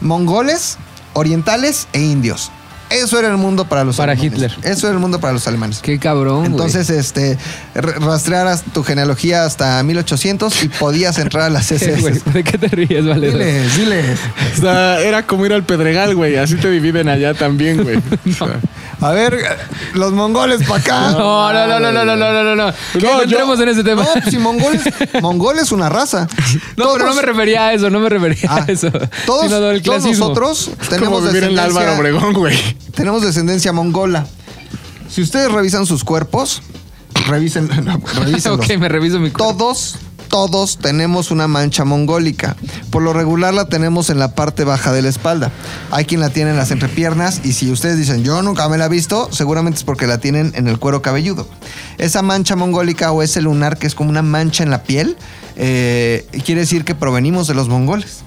mongoles, orientales e indios. Eso era el mundo para los
Para
alemanes.
Hitler.
Eso era el mundo para los alemanes.
Qué cabrón, güey.
Entonces, este, r- rastrearas tu genealogía hasta 1800 y podías entrar a las
¿Qué, güey?
SS.
¿De qué te ríes, Valero?
Diles, diles.
O sea, era como ir al Pedregal, güey. Así te dividen allá también, güey. O sea,
A ver, los mongoles para acá.
No, no, no, no, no, no, no, no, no. No,
yo-
entremos en ese tema.
No, si mongoles, mongol es una raza.
No, pero no
Todos-
me refería a eso, no me refería
Ah,
a eso.
Todos,
sino del
todos
clasismo.
nosotros
es como
tenemos
vivir en la Álvaro
descendencia,
Obregón, güey.
tenemos descendencia mongola. Si ustedes revisan sus cuerpos, revisen, no, revísenlos.
ok, me reviso mi cuerpo.
todos, todos tenemos una mancha mongólica. Por lo regular la tenemos en la parte baja de la espalda. Hay quien la tiene en las entrepiernas y si ustedes dicen yo nunca me la he visto, seguramente es porque la tienen en el cuero cabelludo. Esa mancha mongólica o ese lunar que es como una mancha en la piel, eh, quiere decir que provenimos de los mongoles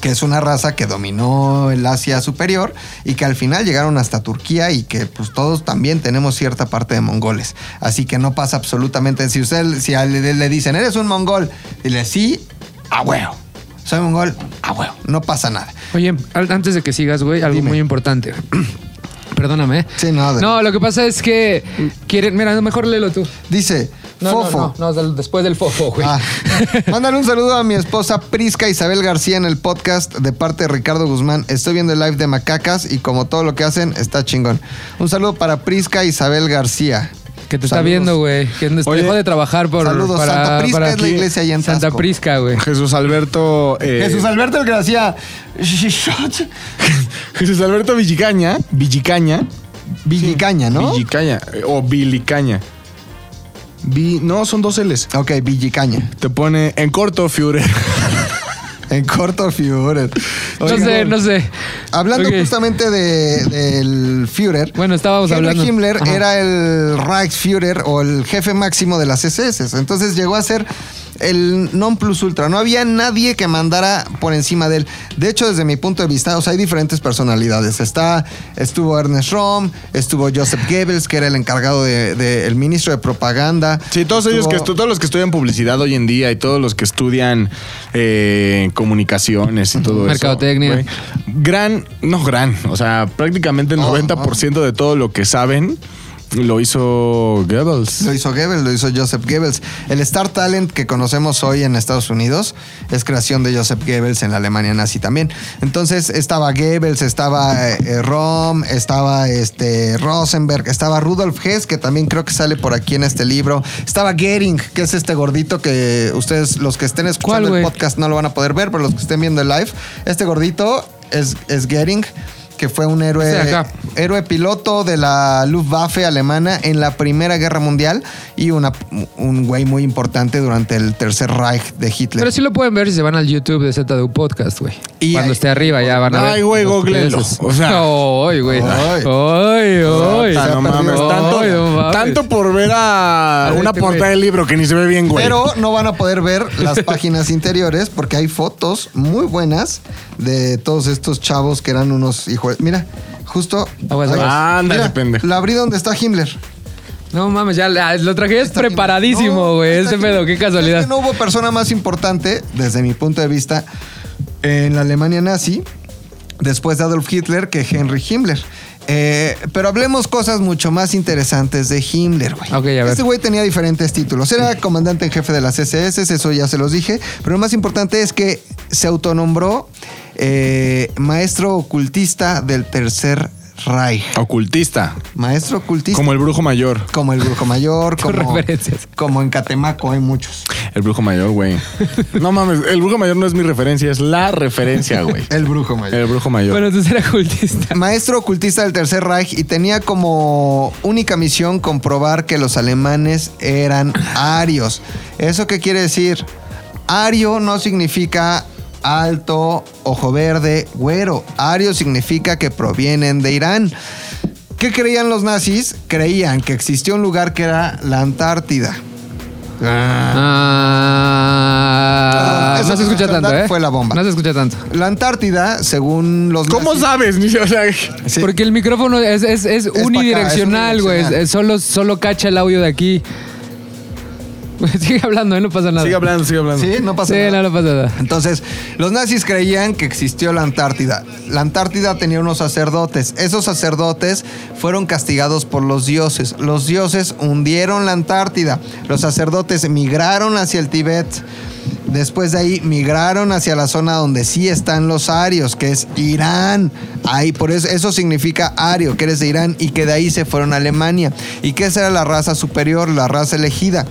que es una raza que dominó el Asia superior y que al final llegaron hasta Turquía y que pues todos también tenemos cierta parte de mongoles. Así que no pasa absolutamente. Si usted si a- le, le dicen, eres un mongol, dile sí, a huevo. Soy mongol, a huevo. No pasa nada.
Oye, al- antes de que sigas, güey, algo
Dime.
muy importante. Perdóname. ¿eh?
Sí, no, de-
No, lo que pasa es que quieren. Mira, mejor léelo tú.
Dice,
No, no,
fofo.
No, no, del- después del fofo, güey.
Ah. Mándale un saludo a mi esposa Prisca Isabel García en el podcast de parte de Ricardo Guzmán. Estoy viendo el live de Macacas y como todo lo que hacen, está chingón. Un saludo para Prisca Isabel García.
Que te está
Saludos.
viendo, güey. Que nos-
Oye,
dejó de trabajar por.
saludos,
para,
Santa Prisca
para
es la
aquí.
iglesia allá en
Santa
Tasco.
Prisca, güey.
Jesús Alberto. eh,
Jesús Alberto el que le hacía.
Jesús Alberto Villicaña. Villicaña.
Villicaña, ¿no?
Villicaña. eh, O Vilicaña. Vi- no, son dos L's.
Ok, Villicaña.
Te pone en corto, Führer.
En corto, Führer.
No sé, no sé.
Hablando
Ok.
justamente de- del Führer.
Bueno, estábamos
Henry
hablando.
Himmler
Ajá.
era el Reichsführer o el jefe máximo de las SS. Entonces llegó a ser el non plus ultra. No había nadie que mandara por encima de él. De hecho, desde mi punto de vista, o sea, hay diferentes personalidades. Está, estuvo Ernest Rom, estuvo Joseph Goebbels, que era el encargado del de, el ministro de propaganda.
Sí, todos
Estuvo-
ellos que estu- todos los que estudian publicidad hoy en día y todos los que estudian eh, comunicaciones y todo
Mercadotecnia.
eso. güey. Gran, no gran, o sea, prácticamente el
No,
90% de todo lo que saben lo hizo Goebbels.
Lo hizo Goebbels, lo hizo Joseph Goebbels. El Star Talent que conocemos hoy en Estados Unidos es creación de Joseph Goebbels en la Alemania nazi también. Entonces estaba Goebbels, estaba eh, eh, Rom, estaba este, Rosenberg, estaba Rudolf Hess, que también creo que sale por aquí en este libro. Estaba Gering, que es este gordito que ustedes, los que estén
¿Cuál,
escuchando el
güey?
podcast, no lo van a poder ver, pero los que estén viendo el live, este gordito es, es Gering. Que fue un héroe
Este de acá.
héroe piloto de la Luftwaffe alemana en la Primera Guerra Mundial y una, un güey muy importante durante el Tercer Reich de Hitler.
Pero sí lo pueden ver si se van al YouTube de ZDU Podcast, güey.
Y
Cuando
ahí-
esté arriba ya van a ver.
Ay, güey,
los
googleenlo.
preces.
O sea-
Ay, güey.
Ay.
Ay, ay.
Ah, no
Se ha
mames,
perdido.
tanto,
Ay, no mames.
tanto por ver a
A ver,
una
este
portada
güey.
de libro que ni se ve bien, güey.
Pero no van a poder ver las páginas interiores porque hay fotos muy buenas de todos estos chavos que eran unos hijos. Mira, justo.
Aguas, aguas.
Ah, pues, Ándale,
Mira,
pendejo.
La abrí donde está Himmler.
No mames, ya la- lo traje es
Está Himmler. No,
preparadísimo, güey.
está
Este
Himmler.
pedo, qué
Es que
casualidad.
no hubo persona más importante, desde mi punto de vista, en la Alemania nazi, después de Adolf Hitler, que Henry Himmler. Eh, pero hablemos cosas mucho más interesantes de Himmler, güey.
Ok, a ver.
Este güey tenía diferentes títulos. Era comandante en jefe de las SS, eso ya se los dije. Pero lo más importante es que se autonombró eh, maestro ocultista del Tercer Reich.
Ocultista,
Maestro ocultista.
como el brujo mayor.
Como el brujo mayor,
Tus
como,
referencias.
como en Catemaco hay muchos.
El brujo mayor, güey. No mames, el brujo mayor no es mi referencia, es la referencia, güey.
El brujo mayor.
El brujo mayor.
Bueno, tú eras cultista.
Maestro ocultista del Tercer Reich y tenía como única misión comprobar que los alemanes eran arios. ¿Eso qué quiere decir? Ario no significa alto, ojo verde, güero. Ario significa que provienen de Irán. ¿Qué creían los nazis? Creían que existió un lugar que era la Antártida.
Ah,
Eso
no se escucha tanto, ¿eh?
fue la bomba.
No se escucha tanto.
La Antártida, según los
¿Cómo
nazis,
sabes? Ni- o sea,
Sí.
Porque el micrófono es, es, es
pa' acá,
unidireccional,
es
güey.
unidireccional.
Es- Solo, solo cacha el audio de aquí. Güey, Sigue hablando, ¿eh? no pasa nada.
Sigue hablando, sigue hablando.
Sí, no pasa
sí,
nada.
no, no pasa nada.
Entonces, los nazis creían que existió la Antártida. La Antártida tenía unos sacerdotes. Esos sacerdotes fueron castigados por los dioses. Los dioses hundieron la Antártida. Los sacerdotes migraron hacia el Tíbet. Después de ahí migraron hacia la zona donde sí están los arios, que es Irán. Ahí por eso eso significa ario, que eres de Irán y que de ahí se fueron a Alemania. ¿Y que esa era la raza superior, la raza elegida?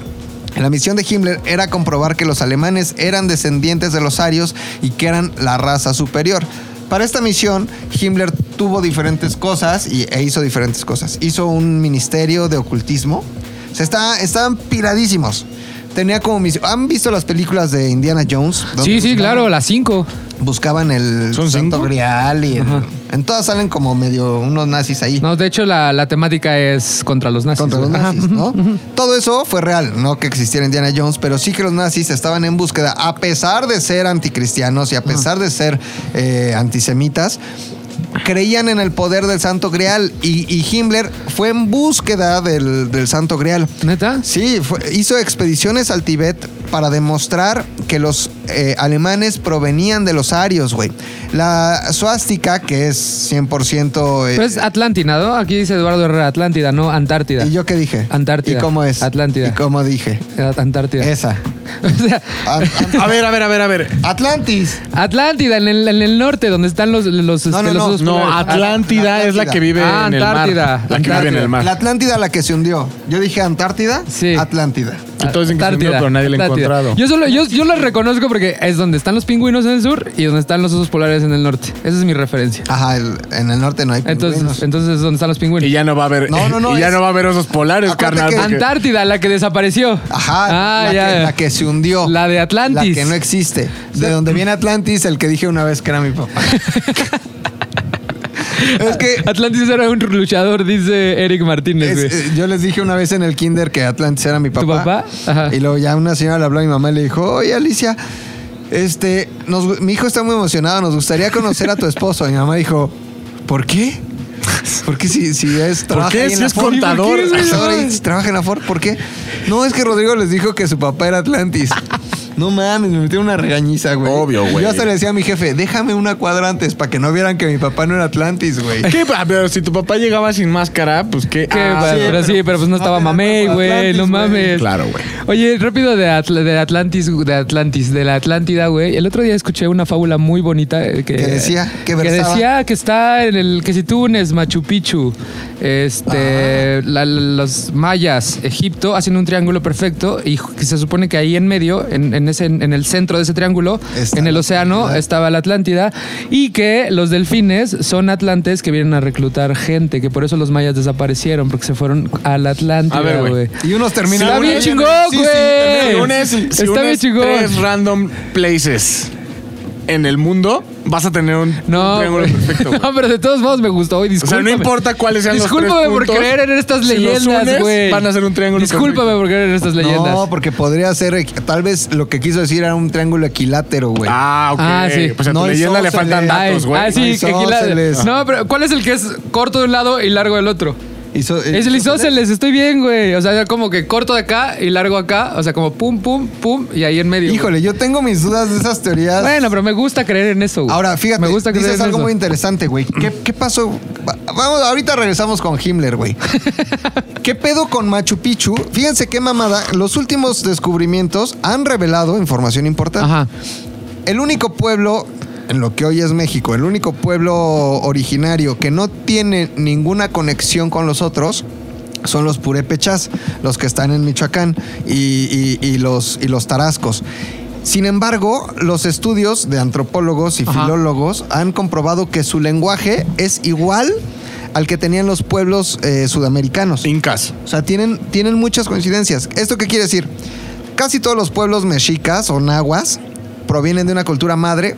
La misión de Himmler era comprobar que los alemanes eran descendientes de los arios y que eran la raza superior. Para esta misión, Himmler tuvo diferentes cosas y, e hizo diferentes cosas. Hizo un ministerio de ocultismo. Se está, estaban piradísimos. Tenía como misión. ¿Han visto las películas de Indiana Jones? Donde
Sí, sí,
buscaban-
claro, las 5.
Buscaban el
¿Son
Santo
cinco?
Grial y en,
Ajá.
en todas salen como medio unos nazis ahí.
No, de hecho, la, la temática es contra los nazis.
Contra los
güey. Ajá.
nazis, ¿no? Todo eso fue real, no que existiera Indiana Jones, pero sí que los nazis estaban en búsqueda, a pesar de ser anticristianos y a pesar de ser eh, antisemitas, creían en el poder del Santo Grial y, y Himmler fue en búsqueda del, del Santo Grial.
¿Neta?
Sí, fue- hizo expediciones al Tíbet para demostrar que los eh, alemanes provenían de los arios, güey. La suástica, que es 100%... eh,
Pero es Atlántida, ¿no? Aquí dice Eduardo Herrera, Atlántida, no Antártida.
¿Y yo qué dije?
Antártida.
¿Y cómo es?
Atlántida.
¿Y cómo dije?
Era Eh, Antártida.
Esa.
O sea,
A- a-
A ver, a ver, a ver, a ver.
Atlantis.
Atlántida, en el, en el norte, donde están los, los,
No, no,
este, los
no.
osos
No,
polares.
Atlántida es la que vive
Ah,
en el mar.
Antártida.
La que vive en el
La
mar.
Atlántida la que se hundió. Yo dije Antártida.
Sí.
Atlántida.
Y todos dicen que se hundió, pero nadie la ha
Ah, Atlántida.
encontrado.
Yo, solo, yo, yo las reconozco porque es donde están los pingüinos en el sur y donde están los osos polares en el norte. Esa es mi referencia.
Ajá, el- en el norte no hay
Entonces,
pingüinos.
entonces es donde están los pingüinos.
Y ya no va a haber.
No, no, no,
y ya
es-
no va a haber osos polares,
Acuérdate
carnal.
que-
porque-
Antártida, la que desapareció.
Ajá,
Ah,
la,
ya.
Que, la que se hundió.
La de Atlantis.
La que no existe. De donde viene Atlantis, el que dije una vez que era mi papá. Es que
Atlantis era un luchador, dice Eric
es-
Martínez, güey.
eh, yo les dije una vez en el kinder que Atlantis era mi papá.
papá? Ajá.
Y luego ya una señora le habló a mi mamá y le dijo, oye Alicia, este, nos gu- mi hijo está muy emocionado, nos gustaría conocer a tu esposo. Y mi mamá dijo, ¿por qué? ¿Por qué si, si es trabaja
qué?
ahí en
Si
la
es
Ford?"
contador.
"Sí, ¿por qué, güey? Ahora, si trabaja en la Ford, ¿por qué? No, es que Rodrigo les dijo que su papá era Atlantis. No mames, me metió una regañiza, güey.
Obvio, güey.
Yo hasta le decía a mi jefe, déjame una cuadra antes para que no vieran que mi papá no era Atlantis, güey.
¿Qué? Ah, Pero si tu papá llegaba sin máscara, pues qué.
Qué
Ah,
va-
sí,
pero,
pero,
sí, pero pues
no
no estaba
te da
mamey,
para
güey.
Atlantis,
No
güey.
mames.
Claro, güey.
Oye, rápido de, Atl- de Atlantis, de Atlantis, de la Atlántida, güey. El otro día escuché una fábula muy bonita eh, que,
Que decía, que
que
versaba.
decía Ah, que está en el que si tú unes Machu Picchu, este, la- los mayas, Egipto, hacen un triángulo perfecto y ju- que se supone que ahí en medio, en, en ese, en el centro de ese triángulo,
Está
en el
la
océano,
Atlántida.
estaba la Atlántida y que los delfines son atlantes que vienen a reclutar gente, que por eso los mayas desaparecieron porque se fueron a la Atlántida,
A ver, güey.
güey.
Y unos terminaron.
Está bien
ahí en-
chingón,
Sí, sí,
Si
güey.
unes, si
Está bien
unes tres
chingón.
random places en el mundo, vas a tener un,
No,
un triángulo
güey.
perfecto. güey.
no, pero de todos modos me gustó hoy.
O sea,
Discúlpame.
no importa cuáles sean los
Discúlpame
tres
por
puntos,
creer en estas
si los
leyendas,
unes,
güey.
Van a ser un triángulo
Discúlpame por creer en estas leyendas.
No, porque podría ser. equ- Tal vez lo que quiso decir era un triángulo equilátero, güey.
perfecto. Ah, ok.
Ah, sí.
Pues a tu
No
leyenda le
isósceles.
faltan
Ay,
datos, güey.
ah, sí,
No,
que aquí la-
isósceles.
No, pero ¿cuál es el que es corto de un lado y largo del otro?
Hizo- eh,
Es el isósceles, estoy bien, güey. O sea, era como que corto de acá y largo acá. O sea, como pum, pum, pum y ahí en medio. güey.
Híjole, yo tengo mis dudas de esas teorías.
Bueno, pero me gusta creer en eso, güey.
Ahora, fíjate,
me gusta creer
dices
en
algo
eso.
muy interesante, güey. ¿Qué, qué pasó? Va- Vamos, ahorita regresamos con Himmler, güey. ¿Qué pedo con Machu Picchu? Fíjense qué mamada. Los últimos descubrimientos han revelado información importante.
Ajá.
El único pueblo, en lo que hoy es México, el único pueblo originario que no tiene ninguna conexión con los otros son los purépechas, los que están en Michoacán y, y- y los, y los tarascos. Sin embargo, los estudios de antropólogos y
Ajá.
filólogos han comprobado que su lenguaje es igual al que tenían los pueblos eh, sudamericanos.
Incas.
O sea, tienen, tienen muchas coincidencias. ¿Esto qué quiere decir? Casi todos los pueblos mexicas o nahuas provienen de una cultura madre.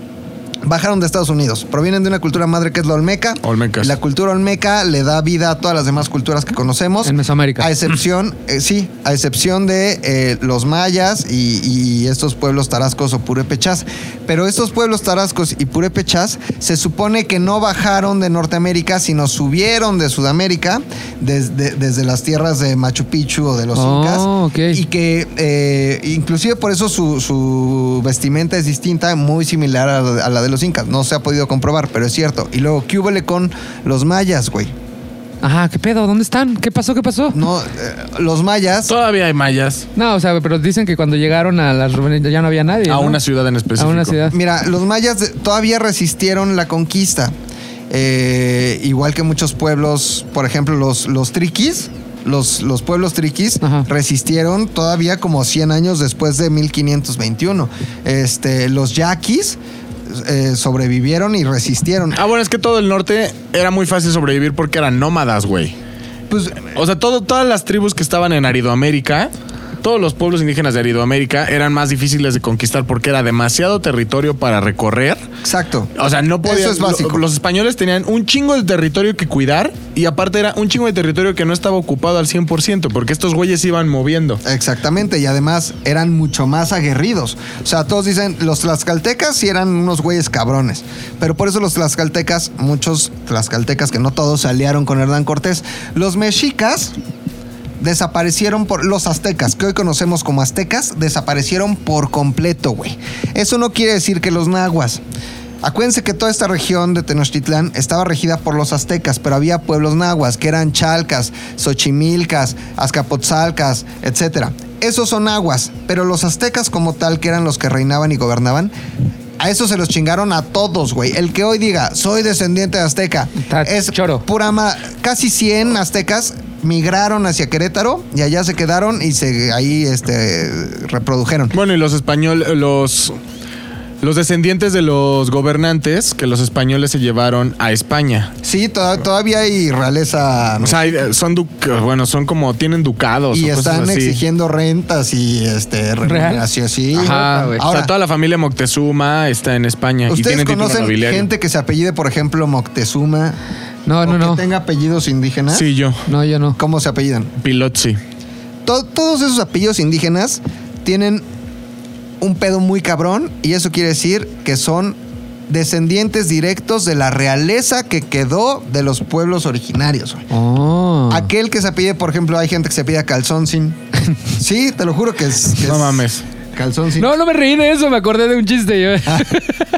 Bajaron de Estados Unidos. Provienen de una cultura madre que es la olmeca.
Olmecas.
Y La cultura olmeca le da vida a todas las demás culturas que conocemos.
En Mesoamérica.
A excepción, eh, sí, a excepción de eh, los mayas y, y estos pueblos tarascos o purépechas. Pero estos pueblos tarascos y purépechas se supone que no bajaron de Norteamérica, sino subieron de Sudamérica desde, desde las tierras de Machu Picchu o de los
Oh,
Incas.
ok.
Y que eh, inclusive por eso su, su vestimenta es distinta, muy similar a la, a la de los Incas. No se ha podido comprobar, pero es cierto. Y luego, ¿qué húbole con los mayas, güey?
Ajá, ¿qué pedo? ¿Dónde están? ¿Qué pasó? ¿Qué pasó?
No, eh, los mayas...
Todavía hay mayas.
No, o sea, pero dicen que cuando llegaron a las ruinas ya no había nadie.
A
¿no?
una ciudad en
A
específico.
una ciudad.
Mira, los mayas de- todavía resistieron la conquista. Eh, igual que muchos pueblos, por ejemplo, los, los triquis, los, los pueblos triquis
Ajá.
resistieron todavía como 100 años después de 1521. Este, los yaquis eh, sobrevivieron y resistieron.
Ah, bueno, es que todo el norte era muy fácil sobrevivir porque eran nómadas, güey.
Pues
O sea, todo, todas las tribus que estaban en Aridoamérica, todos los pueblos indígenas de Aridoamérica eran más difíciles de conquistar porque era demasiado territorio para recorrer.
exacto.
O sea, no podían.
Eso es básico.
lo- Los españoles tenían un chingo de territorio que cuidar y aparte era un chingo de territorio que no estaba ocupado al 100% porque estos güeyes se iban moviendo.
Exactamente, y además eran mucho más aguerridos. O sea, todos dicen, los tlaxcaltecas sí eran unos güeyes cabrones. Pero por eso los tlaxcaltecas, muchos tlaxcaltecas que no todos se aliaron con Hernán Cortés. Los mexicas desaparecieron por los aztecas, que hoy conocemos como aztecas, desaparecieron por completo, güey. Eso no quiere decir que los nahuas. Acuérdense que toda esta región de Tenochtitlán estaba regida por los aztecas, pero había pueblos nahuas que eran chalcas, xochimilcas, azcapotzalcas, etc. Esos son nahuas, pero los aztecas como tal, que eran los que reinaban y gobernaban, a eso se los chingaron a todos, güey. El que hoy diga, soy descendiente de azteca,
Está
es
choro.
pura ma- casi 100 aztecas migraron hacia Querétaro y allá se quedaron y se ahí este reprodujeron.
Bueno, y los españoles, los, los descendientes de los gobernantes que los españoles se llevaron a España.
Sí, to- todavía hay realeza
O sea, hay- son, duc- bueno, son como, tienen ducados.
y
o cosas
están
así.
exigiendo rentas y este remuneración, sí.
Ajá,
güey.
o
Ahora,
sea, toda la familia Moctezuma está en España y
ustedes
tiene título
conocen
nobiliario.
gente que se apellide, por ejemplo, Moctezuma.
Ah, No, no,
o que
no.
tenga apellidos indígenas.
Sí, yo.
No, yo no.
¿Cómo se apellidan?
Pilotzi.
To- todos esos apellidos indígenas tienen un pedo muy cabrón y eso quiere decir que son descendientes directos de la realeza que quedó de los pueblos originarios. güey.
Oh.
Aquel que se pide, por ejemplo, hay gente que se pide calzón sin. sí, te lo juro que es. que
No
es
mames.
Calzón sin.
No, no me reí de eso, me acordé de un chiste yo.
Ah,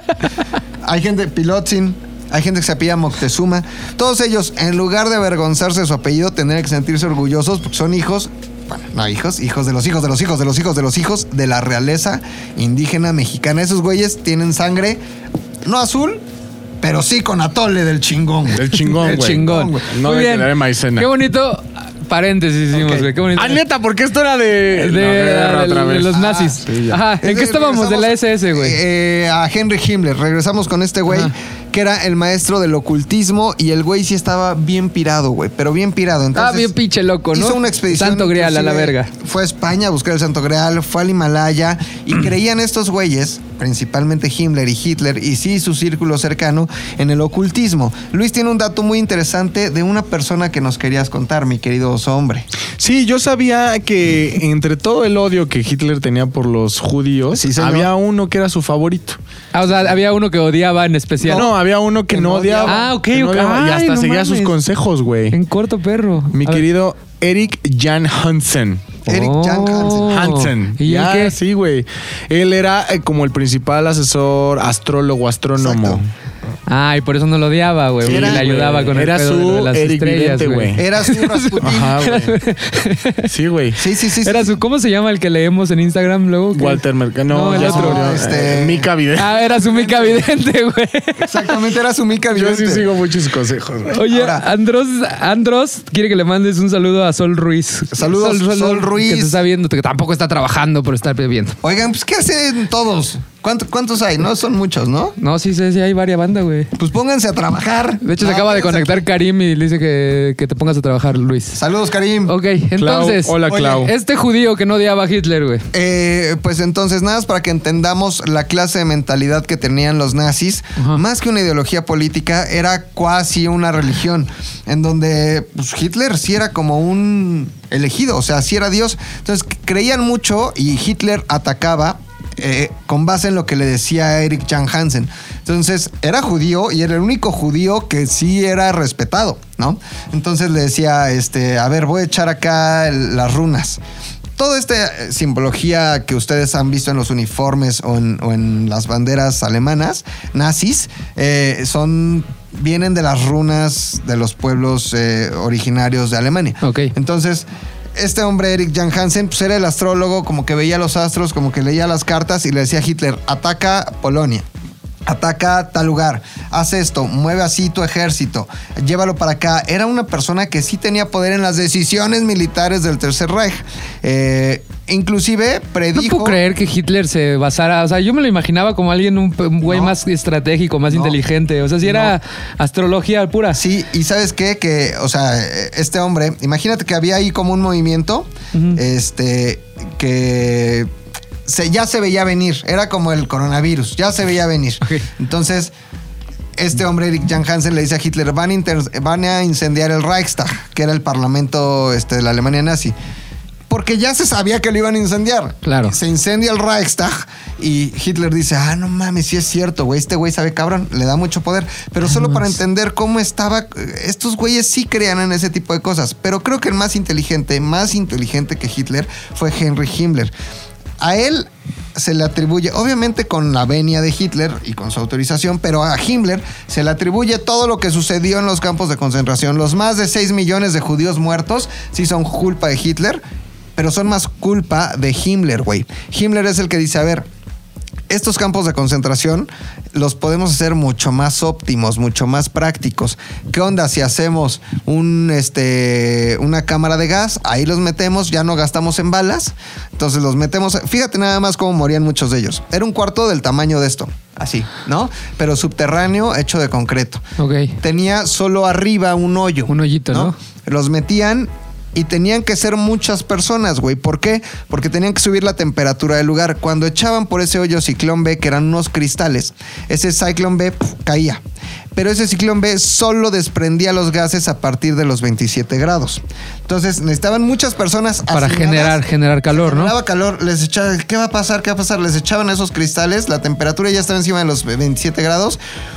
Hay gente Pilotzin, hay gente que se apellida Moctezuma. Todos ellos, en lugar de avergonzarse de su apellido, tendrían que sentirse orgullosos porque son hijos, bueno, no hijos, hijos de los hijos de los hijos de los hijos de los hijos de la realeza indígena mexicana. Esos güeyes tienen sangre no azul, pero sí con atole del chingón. güey.
El chingón,
El
güey.
chingón.
No
Muy
me
bien.
quedaré maicena.
Qué bonito paréntesis hicimos,
Ok.
güey. Qué bonito.
Ah, neta, porque esto era de.
De,
No, era
de-
otra
de
vez. Ah,
los nazis.
sí, ya.
Ajá. Ah, ¿En qué
Entonces,
estábamos? De la
regresamos,
SS, güey.
eh, a Henry Himmler. Regresamos con este güey,
Ajá.
que era el maestro del ocultismo y el güey sí estaba bien pirado, güey, pero bien pirado.
ah,
Entonces,
bien pinche loco, ¿no?
Hizo una expedición.
Santo Grial a la
inclusive,
verga.
Fue a España a buscar el Santo Grial, fue al Himalaya y creían estos güeyes, principalmente Himmler y Hitler y sí su círculo cercano, en el ocultismo. Luis tiene un dato muy interesante de una persona que nos querías contar, mi querido oso hombre.
Sí, yo sabía que entre todo el odio que Hitler tenía por los judíos,
Sí, señor.
había uno que era su favorito.
Ah, o sea, había uno que odiaba en especial.
No, había uno que,
Que
no
no
odiaba.
odiaba.
Ah, ok,
que no
ok.
odiaba, y
Ay,
hasta
no
seguía
mames.
sus consejos, güey.
En corto perro.
Mi
A ver.
querido Eric Jan Hansen.
Eric
Oh.
Jan Hansen.
Hansen.
¿Y él
ya,
qué?
Sí, güey. Él era eh, como el principal asesor, astrólogo, astrónomo.
Exacto.
Ah, y por eso no lo odiaba, güey.
Sí,
y
era,
le ayudaba
güey.
con el
Era
pedo
su
de las
Eric
estrellas,
Vidente,
güey.
güey.
Era su Rasputin.
Ajá, güey. Sí, güey.
Sí, sí, sí. sí.
Era su, ¿cómo se llama el que leemos en Instagram luego? ¿Qué?
Walter Mercado. No,
No, el
ya se
otro.
murió.
Este-
Eh, Mica Vidente.
Ah, era su mica vidente, güey.
Exactamente, era su mica
Yo sí
vidente.
sigo muchos consejos, güey.
Oye,
Ahora-
Andros, Andros quiere que le mandes un saludo a Sol Ruiz.
Saludos, Sol Ruiz.
Que te está viendo, que tampoco está trabajando, pero está viendo.
Oigan, pues ¿qué hacen todos? ¿Cuánto- ¿Cuántos hay? No son muchos, ¿no?
No, sí, sí, sí, hay varias bandas, güey.
Pues pónganse a trabajar.
De hecho,
No,
se acaba de
quédense
conectar
aquí.
Karim y le dice que, que te pongas a trabajar, Luis.
Saludos, Karim.
Ok,
Clau,
entonces.
hola,
Oye,
Clau.
Este judío que no odiaba a Hitler, güey.
Eh, pues entonces, nada más para que entendamos la clase de mentalidad que tenían los nazis,
Ajá.
más que una ideología política, era casi una religión, en donde pues, Hitler sí era como un elegido, o sea, sí era Dios. Entonces creían mucho y Hitler atacaba. eh, con base en lo que le decía Eric Jan Hansen. Entonces, era judío y era el único judío que sí era respetado, ¿no? Entonces le decía, este, a ver, voy a echar acá el- las runas. Toda esta eh, simbología que ustedes han visto en los uniformes o en, o en las banderas alemanas, nazis, eh, son, vienen de las runas de los pueblos eh, originarios de Alemania.
Ok.
Entonces, este hombre, Eric Jan Hansen, pues era el astrólogo, como que veía los astros, como que leía las cartas y le decía a Hitler, ataca Polonia. Ataca tal lugar, haz esto, mueve así tu ejército, llévalo para acá. Era una persona que sí tenía poder en las decisiones militares del Tercer Reich. Eh, inclusive
No
predijo...
puedo creer que Hitler se basara. O sea, yo me lo imaginaba como alguien, un, un güey
No.
más estratégico, más
No.
inteligente. O sea, si era astrología pura.
Sí, y sabes qué, que, o sea, eh, este hombre, imagínate que había ahí como un movimiento,
Ujú.
este, que se- ya se veía venir, era como el coronavirus, ya se veía venir.
Ok.
Entonces, este hombre, Eric Jan Hansen, le dice a Hitler, van a, inter- van a incendiar el Reichstag, que era el parlamento este, de la Alemania nazi. Porque ya se sabía que lo iban a incendiar.
Claro.
Se incendia el Reichstag y Hitler dice, ah, no mames, sí es cierto, güey, este güey sabe cabrón, le da mucho poder. Pero solo para entender cómo estaba, estos güeyes sí creían en ese tipo de cosas. Pero creo que el más inteligente, más inteligente que Hitler fue Henry Himmler. A él se le atribuye, obviamente con la venia de Hitler y con su autorización, pero a Himmler se le atribuye todo lo que sucedió en los campos de concentración. Los más de 6 millones de judíos muertos sí son culpa de Hitler, pero son más culpa de Himmler, güey. Himmler es el que dice, a ver, estos campos de concentración los podemos hacer mucho más óptimos, mucho más prácticos. ¿Qué onda si hacemos un, este, una cámara de gas? Ahí los metemos, ya no gastamos en balas. Entonces los metemos. Fíjate nada más cómo morían muchos de ellos. Era un cuarto del tamaño de esto, así, ¿no? Pero subterráneo, hecho de concreto.
Ok.
Tenía solo arriba un hoyo.
Un hoyito, ¿no?
Los metían y tenían que ser muchas personas, güey. ¿Por qué? Porque tenían que subir la temperatura del lugar. Cuando echaban por ese hoyo ciclón B, que eran unos cristales, ese ciclón B pf, caía. pero ese ciclón B solo desprendía los gases a partir de los 27 grados. Entonces necesitaban muchas personas
Para
asignadas.
generar, generar calor, ¿no?
Generaba calor, les echaba, ¿qué va a pasar? ¿Qué va a pasar? Les echaban esos cristales, la temperatura ya estaba encima de los 27 grados,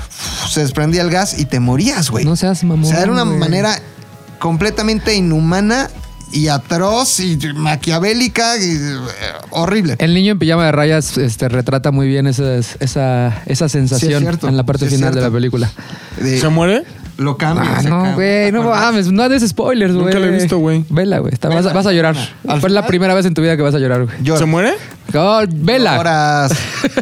uf, pues, se desprendía el gas y te morías, güey.
No seas mamón,
O sea, era una
güey.
manera completamente inhumana y atroz y maquiavélica y eh, horrible.
El niño en pijama de rayas este, retrata muy bien esas- esa, esa sensación
cierto,
en la parte
sí es
final de
cierto.
la película.
De-
¿Se muere?
lo cambia.
Ah,
se
no,
cambia,
güey,
¿te
no
acuerdas?
mames, no des spoilers, güey.
Nunca la he visto, güey.
Vela, güey, está- vas, a-
Vela,
vas a llorar.
al
Fue la
final-
primera vez en tu vida que vas a llorar, güey.
Llora.
¿Se muere?
Oh, vela.
Lloras.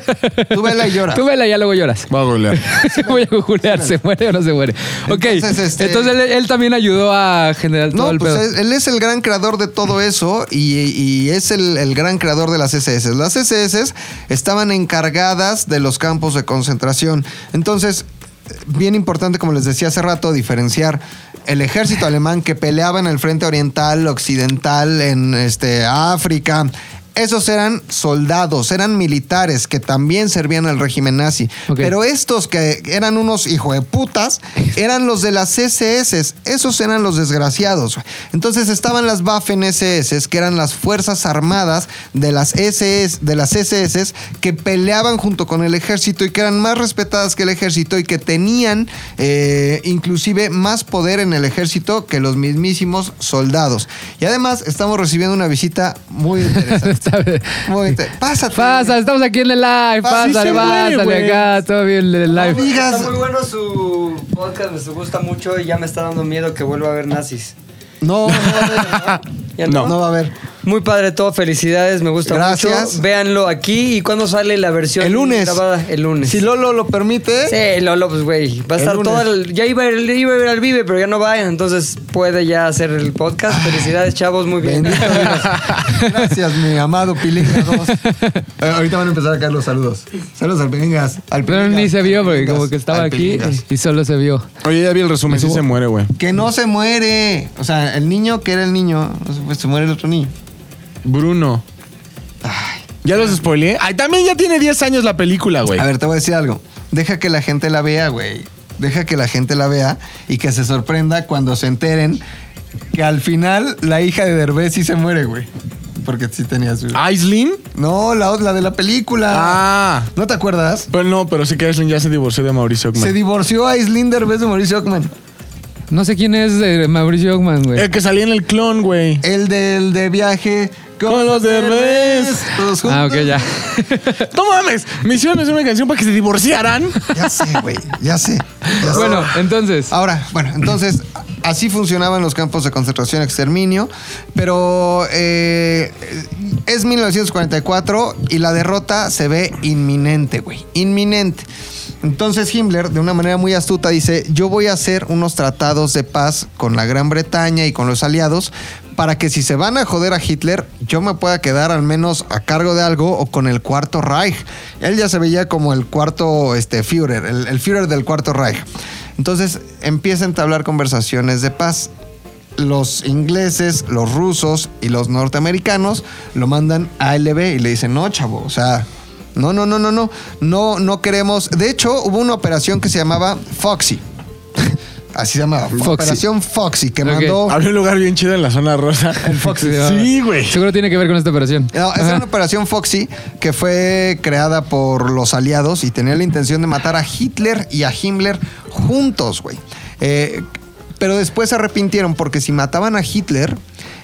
Tú vela y llora.
Tú vela y ya luego lloras.
Va a golear.
Voy a googlear, ¿se muere o no se muere? Ok, entonces,
Entonces, este-
él, él también ayudó a generar todo
No,
el
pues
pedo.
es- él es el gran creador de todo eso y, y es el, el gran creador de las SS. Las SS estaban encargadas de los campos de concentración. Entonces, bien importante, como les decía hace rato, diferenciar el ejército alemán que peleaba en el frente oriental, occidental, en este, África. Esos eran soldados, eran militares que también servían al régimen nazi.
Ok.
Pero estos que eran unos hijo de putas eran los de las SS, esos eran los desgraciados. güey. Entonces estaban las Waffen SS, que eran las fuerzas armadas de las SS, de las SS que peleaban junto con el ejército y que eran más respetadas que el ejército y que tenían eh, inclusive más poder en el ejército que los mismísimos soldados. Y además estamos recibiendo una visita muy interesante.
Está bien.
muy interesante. Pásate.
Pasa, estamos aquí en el live.
Ah, sí
Pásale,
se
muere,
pásale
güey.
acá, todo bien en el
No
live.
digas.
Está muy bueno su podcast, me gusta mucho y ya me está dando miedo que vuelva a haber nazis.
No,
¿Ya
no, no va a haber.
Muy padre todo, felicidades, me gusta
Gracias.
mucho. Véanlo aquí y cuándo sale la versión
El lunes.
grabada el lunes.
Si Lolo lo permite.
Sí, Lolo, pues güey, va a
El
estar
lunes.
todo el, ya iba, el- iba a ir al Vive, pero ya no va, entonces puede ya hacer el podcast. Felicidades, chavos, muy bien.
Bendito Dios. Gracias, mi amado Pilingas 2. Eh, ahorita van a empezar a caer los saludos. Saludos al Pilingas. Al
Pero
Pilingas,
ni se vio
al
porque
Pilingas,
como que estaba
al
aquí
Pilingas.
y solo se vio.
Oye, ya vi el resumen. Sí se muere, güey.
Que no se muere. O sea, el niño que era el niño, pues se muere el otro niño.
Bruno. ¿Ya los spoileé? Ay, también ya tiene 10 años la película, güey.
A ver, te voy a decir algo. Deja que la gente la vea, güey. Deja que la gente la vea y que se sorprenda cuando se enteren que al final la hija de Derbez sí se muere, güey. Porque sí tenía su...
¿Aislin?
No, la, la de la película.
Ah.
¿No te acuerdas?
Pero no, pero sí que Aislin ya se divorció de Mauricio Ockman.
Se divorció a Aislinn Derbez de Mauricio Ockman.
No sé quién es eh, Mauricio Ogman, güey.
El que salía en el clon, güey.
El del de viaje
Con los Derbez.
Todos juntos.
Ah, ok, ya.
No mames, me hicieron hacer una canción para que se divorciaran.
Ya sé, güey. Ya sé. ya sé.
bueno, entonces.
Ahora, bueno, entonces, así funcionaban los campos de concentración exterminio, pero eh, es 1944 y la derrota se ve inminente, güey, inminente. Entonces Himmler, de una manera muy astuta, dice, yo voy a hacer unos tratados de paz con la Gran Bretaña y con los aliados para que si se van a joder a Hitler, yo me pueda quedar al menos a cargo de algo o con el Cuarto Reich. Él ya se veía como el cuarto este, Führer, el, el Führer del Cuarto Reich. Entonces empieza a entablar conversaciones de paz. Los ingleses, los rusos y los norteamericanos lo mandan a LB y le dicen, no, chavo, o sea, no, no, no, no, no, no, no queremos. De hecho, hubo una operación que se llamaba Foxy. Así se llamaba.
Foxy.
Operación Foxy, que
Ok.
mandó...
Había un lugar bien chido en la zona rosa. El
Foxy.
Sí, güey.
Seguro tiene que ver con esta operación.
No, esa
Ajá.
era una operación Foxy que fue creada por los aliados y tenía la intención de matar a Hitler y a Himmler juntos, güey. Eh, pero después se arrepintieron porque si mataban a Hitler,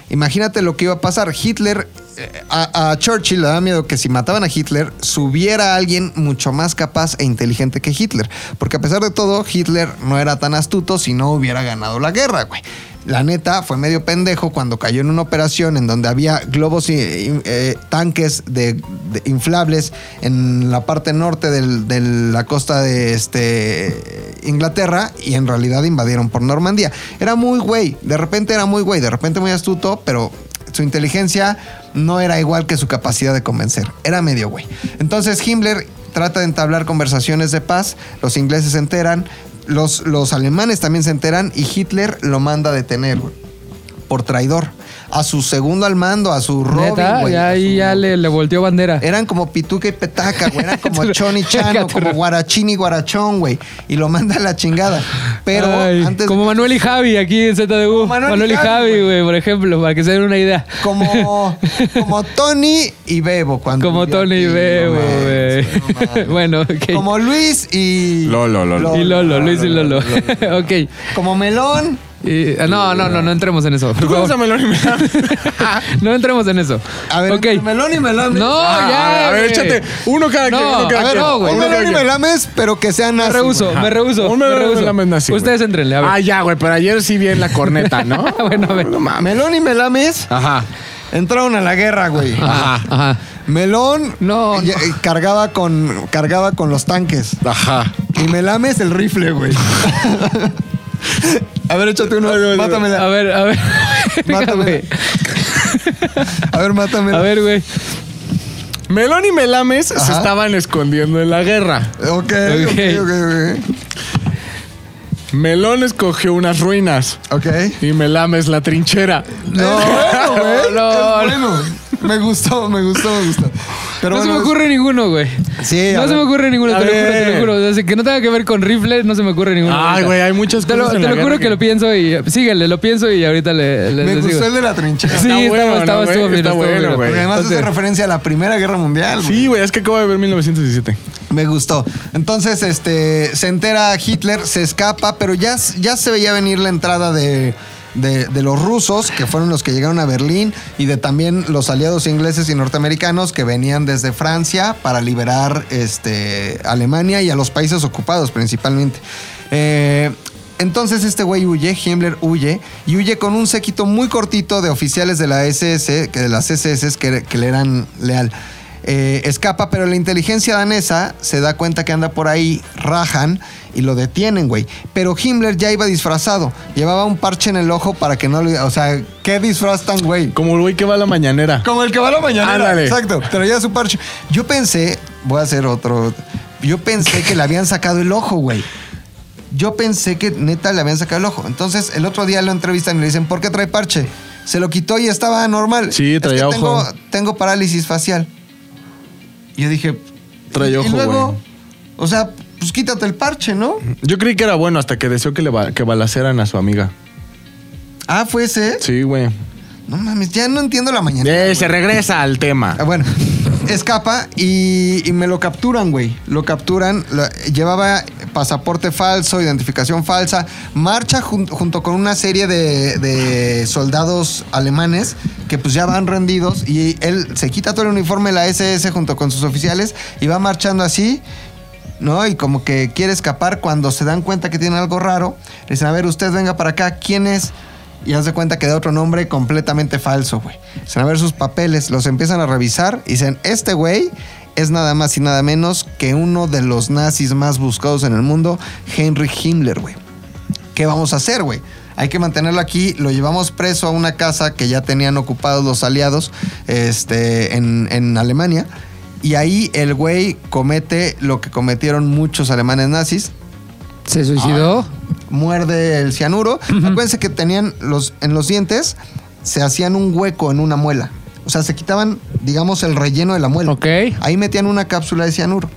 imagínate lo que iba a pasar. Hitler, eh, a, a Churchill le da miedo que si mataban a Hitler, subiera a alguien mucho más capaz e inteligente que Hitler. Porque a pesar de todo, Hitler no era tan astuto si no hubiera ganado la guerra, güey. La neta fue medio pendejo cuando cayó en una operación en donde había globos y y, eh, tanques de, de inflables en la parte norte del- de la costa de este, Inglaterra y en realidad invadieron por Normandía. Era muy güey, de repente era muy güey, de repente muy astuto, pero su inteligencia no era igual que su capacidad de convencer. Era medio güey. Entonces Himmler trata de entablar conversaciones de paz, los ingleses se enteran, los, los alemanes también se enteran y Hitler lo manda a detener güey, por traidor. a su segundo al mando, a su Robin,
Neta,
güey.
ya
a
ahí
su-
ya le, le volteó bandera.
Eran como pituca y petaca, güey. Eran como chon y chano,
Déjate,
como
Ro-
guarachín y guarachón, güey. Y lo manda a la chingada. Pero
Ay,
antes.
como Manuel y Javi aquí en ZDU.
Manuel
Manuel,
y
y
Javi,
Javi,
güey.
güey, por ejemplo, para que se den una idea.
Como, como Tony y Bebo. Cuando
Como
vivía
Tony
aquí,
y
no
Bebo,
mames, no
güey.
mames.
bueno, ok.
Como Luis y.
Lolo, Lolo.
y Lolo, Luis y Lolo. ok.
Como Melón.
Y- ah, no, no, no, no entremos en eso. por
¿Tú conoces a
favor.
Melón y Melón?
no entremos en eso.
A ver,
ok.
entre Melón y Melón.
No,
Ah,
ya.
A ver,
güey.
échate. Uno cada
No,
quien. Uno cada
a ver,
quien.
no, güey.
Uno
Un
cada
melón y
quien.
melames, pero que sean
Me
así,
rehuso,
güey.
me rehuso.
Ah, Un
me
melón y
rehuso.
melames así, güey.
Ustedes entrenle, a ver. Ah,
Ah, ya, güey, pero ayer sí vi en la corneta, ¿no?
bueno, a ver.
No mames.
Melón y melames
Ajá.
entraron a la guerra, güey.
Ajá, ajá.
Melón
No,
ya- cargaba con cargaba con los tanques
Ajá.
y melames el rifle, güey. a ver, échate uno.
A
Mátamela.
ver, a ver. Venga,
Mátamela.
güey.
A ver, mátamela.
A ver, güey.
Melón y Melames se
Ajá.
estaban escondiendo en la guerra.
Ok, ok, ok,
Melón escogió unas ruinas
ok. Ok.
y Melames la trinchera.
No, güey.
no,
es bueno. Me gustó, me gustó, me gustó. Pero
no se
bueno,
me
es-
ocurre ninguno, güey.
Sí, a
No se
ver.
me ocurre ninguno,
Eh, A
te lo juro, te
ver.
lo juro. O sea, que no tenga que ver con rifles, no se me ocurre ninguno.
Ay,
ahorita.
güey, hay muchas
Te
cosas.
lo,
en la
te lo juro
guerra
que lo pienso y síguele, lo pienso y ahorita le, le,
Me
les
gustó
digo.
el de la trinchera.
Sí,
Está bueno,
estaba, estaba,
¿no, güey?
estuvo bien,
Está
estuvo
bueno,
bien.
güey.
Porque además hace
Entonces,
referencia a la Primera Guerra Mundial. güey.
Sí, güey, es que acabo de ver 1917.
Me gustó. Entonces, este, se entera Hitler, se escapa, pero ya, ya se veía venir la entrada de, de- de los rusos, que fueron los que llegaron a Berlín, y de también los aliados ingleses y norteamericanos que venían desde Francia para liberar este, Alemania y a los países ocupados principalmente. Eh, entonces este güey huye, Himmler huye, y huye con un séquito muy cortito de oficiales de la SS, que de las SS que, que le eran leal. Eh, escapa, pero la inteligencia danesa se da cuenta que anda por ahí, rajan y lo detienen, güey. Pero Himmler ya iba disfrazado, llevaba un parche en el ojo para que no lo... O sea, ¿qué disfraz tan, güey?
Como el güey que va a la mañanera.
Como el que va a la mañanera.
Ándale.
Exacto. Pero ya su parche. Yo pensé, voy a hacer otro. Yo pensé que le habían sacado el ojo, güey. Yo pensé que neta le habían sacado el ojo. Entonces, el otro día lo entrevistan y le dicen, ¿por qué trae parche? Se lo quitó y estaba normal.
Sí,
"Es que
traía
tengo-
ojo".
tengo parálisis facial. Y yo dije,
Trae
y
ojo,
luego,
güey.
o sea, pues quítate el parche, ¿no?
Yo creí que era bueno hasta que deseó que le ba- que balaceran a su amiga.
Ah, fue ese.
Sí, güey.
No mames, ya no entiendo la mañana.
Eh, se regresa al tema.
Ah, bueno, escapa y, y me lo capturan, güey. Lo capturan, la- llevaba pasaporte falso, identificación falsa, marcha jun- junto con una serie de, de soldados alemanes que pues ya van rendidos y él se quita todo el uniforme de la SS junto con sus oficiales y va marchando así. ¿No? Y como que quiere escapar cuando se dan cuenta que tiene algo raro. Le dicen, a ver, usted venga para acá, ¿quién es? Y hace cuenta que da otro nombre completamente falso, güey. Dicen, a ver sus papeles, los empiezan a revisar y dicen, este güey es nada más y nada menos que uno de los nazis más buscados en el mundo, Henry Himmler, güey. ¿Qué vamos a hacer, güey? Hay que mantenerlo aquí. Lo llevamos preso a una casa que ya tenían ocupados los aliados este, en, en Alemania. Y ahí el güey comete lo que cometieron muchos alemanes nazis,
¿Se suicidó?
Ah,
muerde el cianuro. Acuérdense que tenían los, en los dientes, se hacían un hueco en una muela. O sea, se quitaban, digamos, el relleno de la muela.
Ok.
Ahí metían una cápsula de cianuro.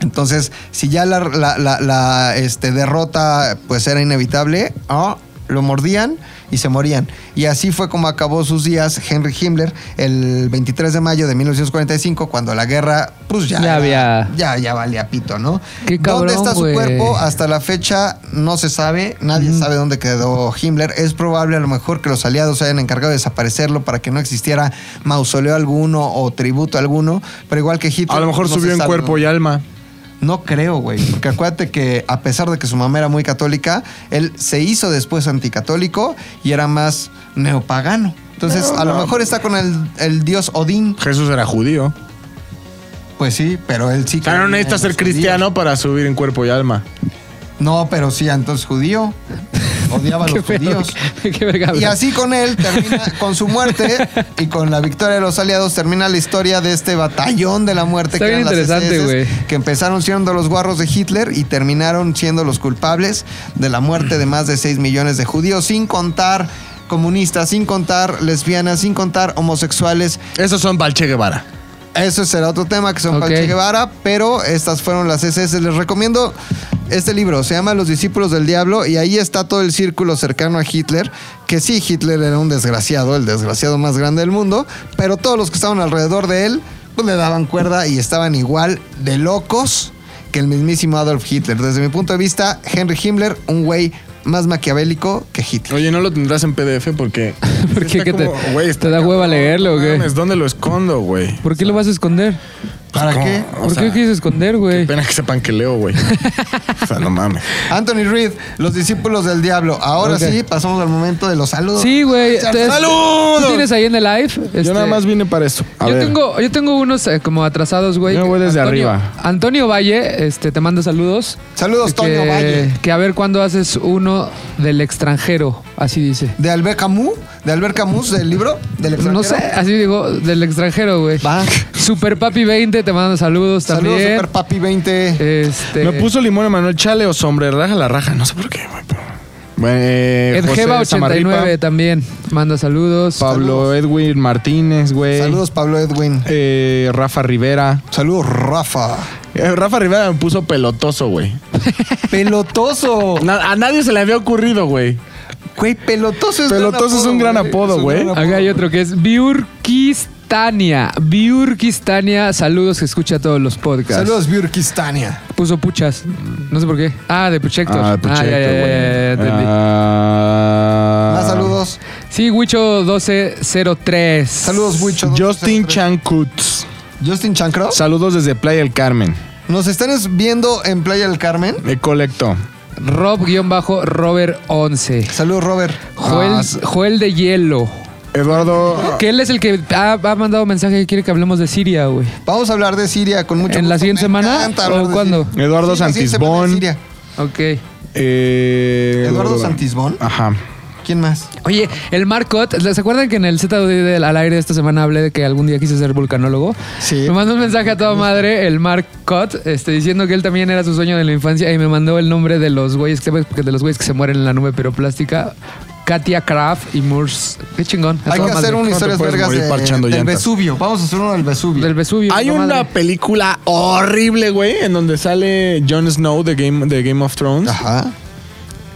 Entonces, si ya la, la- la- la, este, derrota pues era inevitable, ah, lo mordían y se morían. Y así fue como acabó sus días Henry Himmler el 23 de mayo de 1945, cuando la guerra, pues ya,
Ya
era-
había-
ya, ya valía pito, ¿no?
Qué
¿Dónde
cabrón,
está su
güey.
cuerpo? Hasta la fecha no se sabe, nadie sabe dónde quedó Himmler. Es probable a lo mejor que los aliados se hayan encargado de desaparecerlo para que no existiera mausoleo alguno o tributo alguno, pero igual que Hitler.
A lo mejor
no se
subió en
sabe
cuerpo
dónde-
y alma.
No creo, güey, porque acuérdate que a pesar de que su mamá era muy católica, él se hizo después anticatólico y era más neopagano. Entonces, a lo mejor está con el, el dios Odín.
Jesús era judío.
Pues sí, pero él sí.
O sea, eh, no
creía
necesita
en
ser
los judíos.
cristiano para subir en cuerpo y alma.
No, pero sí, entonces judío. Odiaba a
Qué
los
pedo.
judíos.
Qué, qué verga.
Y así con él termina, con su muerte y con la victoria de los aliados, termina la historia de este batallón de la muerte
Está
que
bien
eran las
interesante,
SS,
güey.
que empezaron siendo los guarros de Hitler y terminaron siendo los culpables de la muerte de más de 6 millones de judíos, sin contar comunistas, sin contar lesbianas, sin contar homosexuales.
Esos son Balche Guevara.
Eso será otro tema que son para
Ok.
Che Guevara, pero estas fueron las SS. Les recomiendo este libro, se llama Los discípulos del diablo y ahí está todo el círculo cercano a Hitler, que sí, Hitler era un desgraciado, el desgraciado más grande del mundo, pero todos los que estaban alrededor de él pues, le daban cuerda y estaban igual de locos que el mismísimo Adolf Hitler. Desde mi punto de vista, Henry Himmler, un güey más maquiavélico que Hitler.
Oye, no lo tendrás en PDF porque.
¿Por qué?
Está
¿Qué te-
como, güey, está
te da
cabrón,
hueva leerlo o
no
qué?
mames, ¿Dónde lo escondo, güey? Pues,
¿Por qué lo vas a esconder?
¿Para
¿Cómo?
qué?
O
¿Por qué
sea,
lo quieres esconder,
Qué
güey?
pena que sepan que leo, güey. O sea, no mames.
Anthony Reed, Los discípulos del diablo. Ahora
Ok.
sí, pasamos al momento de los saludos.
Sí, güey. te-
¡Saludos!
¿Tú tienes ahí en el live? Este,
Yo nada más vine para esto. A
yo,
ver.
Tengo, yo tengo unos eh, como atrasados, güey.
Yo me voy desde
Antonio-
arriba.
Antonio Valle, este, te manda saludos.
Saludos,
que,
Toño Valle.
Que a ver cuándo haces uno del extranjero, así dice.
¿De Albert Camus? ¿De Albert Camus, del libro? ¿Del extranjero?
No sé, así digo, del extranjero, güey.
Va.
Super Papi 20 te manda saludos
Saludos,
también.
Super Papi 20.
Este,
Me puso limón Emanuel Chale o sombre raja la raja. No sé por qué, güey. pero- Eh, José Samarripa,
Edgeva89 también manda saludos.
Pablo
Saludos.
Edwin Martínez,
Eh.
güey.
Saludos, Pablo Edwin.
Eh, Rafa Rivera.
Saludos, Rafa.
Eh, Rafa Rivera me puso pelotoso, güey.
Pelotoso.
Na- a nadie se le había ocurrido, güey.
Güey, pelotoso es
Pelotoso es un gran apodo,
Es un
güey.
gran apodo.
Acá hay otro que es Biurkistania. Biurkistania, saludos que escucha todos los podcasts.
Saludos, Biurkistania.
Puso puchas. No sé por qué. Ah, de Puchector.
Ah, Puchector,
ya, ya, ya,
güey.
ya, ya, entendí.
Ah,
Más saludos.
Sí, Huicho 1203.
Saludos, Wicho.
Justin Chancuts.
Justin Chancro.
Saludos desde Playa del Carmen.
Nos están viendo en Playa del Carmen.
Me colecto.
Rob-Robert 11.
Saludos, Robert.
Joel,
Ah, s-
Joel de Hielo.
Ah,
Eduardo.
Que él es el que ha, ha mandado mensaje que quiere que hablemos de Siria, güey.
Vamos a hablar de Siria con mucho
¿En la
gusto.
siguiente
Me
semana?
encanta
¿O
hablar de
cuándo?
Siria.
Eduardo
Sí, la siguiente semana
Santisbón.
de Siria.
Ok.
eh,
Eduardo Santisbón.
Ajá.
¿Quién más?
Oye, el Marcot, ¿se acuerdan que en el Z del al aire de esta semana hablé de que algún día quise ser vulcanólogo?
Sí.
Me mandó un mensaje a toda madre, el Marcot, este, diciendo que él también era su sueño de la infancia y me mandó el nombre de los güeyes que, de los güeyes que se mueren en la nube piroplástica. Katia Kraft y Moors. Qué chingón. a
Hay
toda
que
madre.
hacer
no
una
te
historia
puedes
vergas
morir
de-
parchando
del
llantas.
Vesubio. Vamos a hacer uno del Vesubio.
Del Vesubio.
Hay
toda
una
madre.
película horrible, güey, en donde sale Jon Snow de Game, de Game of Thrones
Ajá.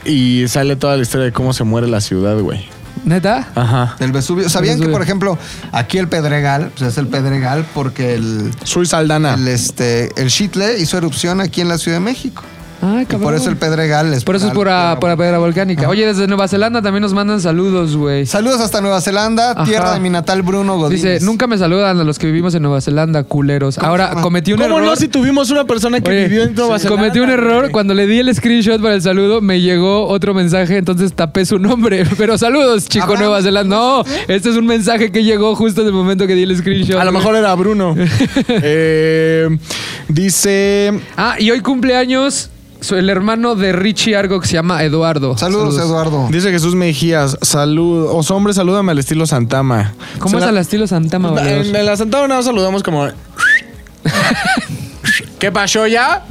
y sale toda la historia de cómo se muere la ciudad, güey.
¿Neta?
Ajá.
Del Vesubio. ¿Sabían
Vesubio.
que, por ejemplo, aquí el Pedregal, pues es el Pedregal porque el,
Soy
Ah.
Saldana.
el, este, el Chitle hizo erupción aquí en la Ciudad de México.
Ay,
Y
cabrón.
por eso el Pedregal es
Por eso es pura,
tierra-
pura piedra volcánica. Oye, desde Nueva Zelanda también nos mandan saludos, güey.
Saludos hasta Nueva Zelanda,
Ajá.
tierra de mi natal Bruno Godínez.
Dice, nunca me saludan a los que vivimos en Nueva Zelanda, culeros. Ahora,
llama?
cometí un
¿Cómo
error.
no si tuvimos una persona que
Oye,
vivió en Nueva
sí.
Zelanda?
Cometí un error. Cuando le di el screenshot para el saludo, me llegó otro mensaje, entonces tapé su nombre. Pero saludos, chico
Abraham,
Nueva Zelanda. No, este es un mensaje que llegó justo en el momento que di el screenshot.
A lo mejor era Bruno. Eh, dice
Ah, y hoy cumpleaños su- el hermano de Richie Argo que se llama Eduardo.
Saludos, Eduardo.
Dice Jesús Mejías, salud, os hombre, salúdame al estilo Santama.
¿Cómo
Se
es
la-
al estilo Santama, valedor?
En, en la Santama nos saludamos como... ¿Qué pasó ya?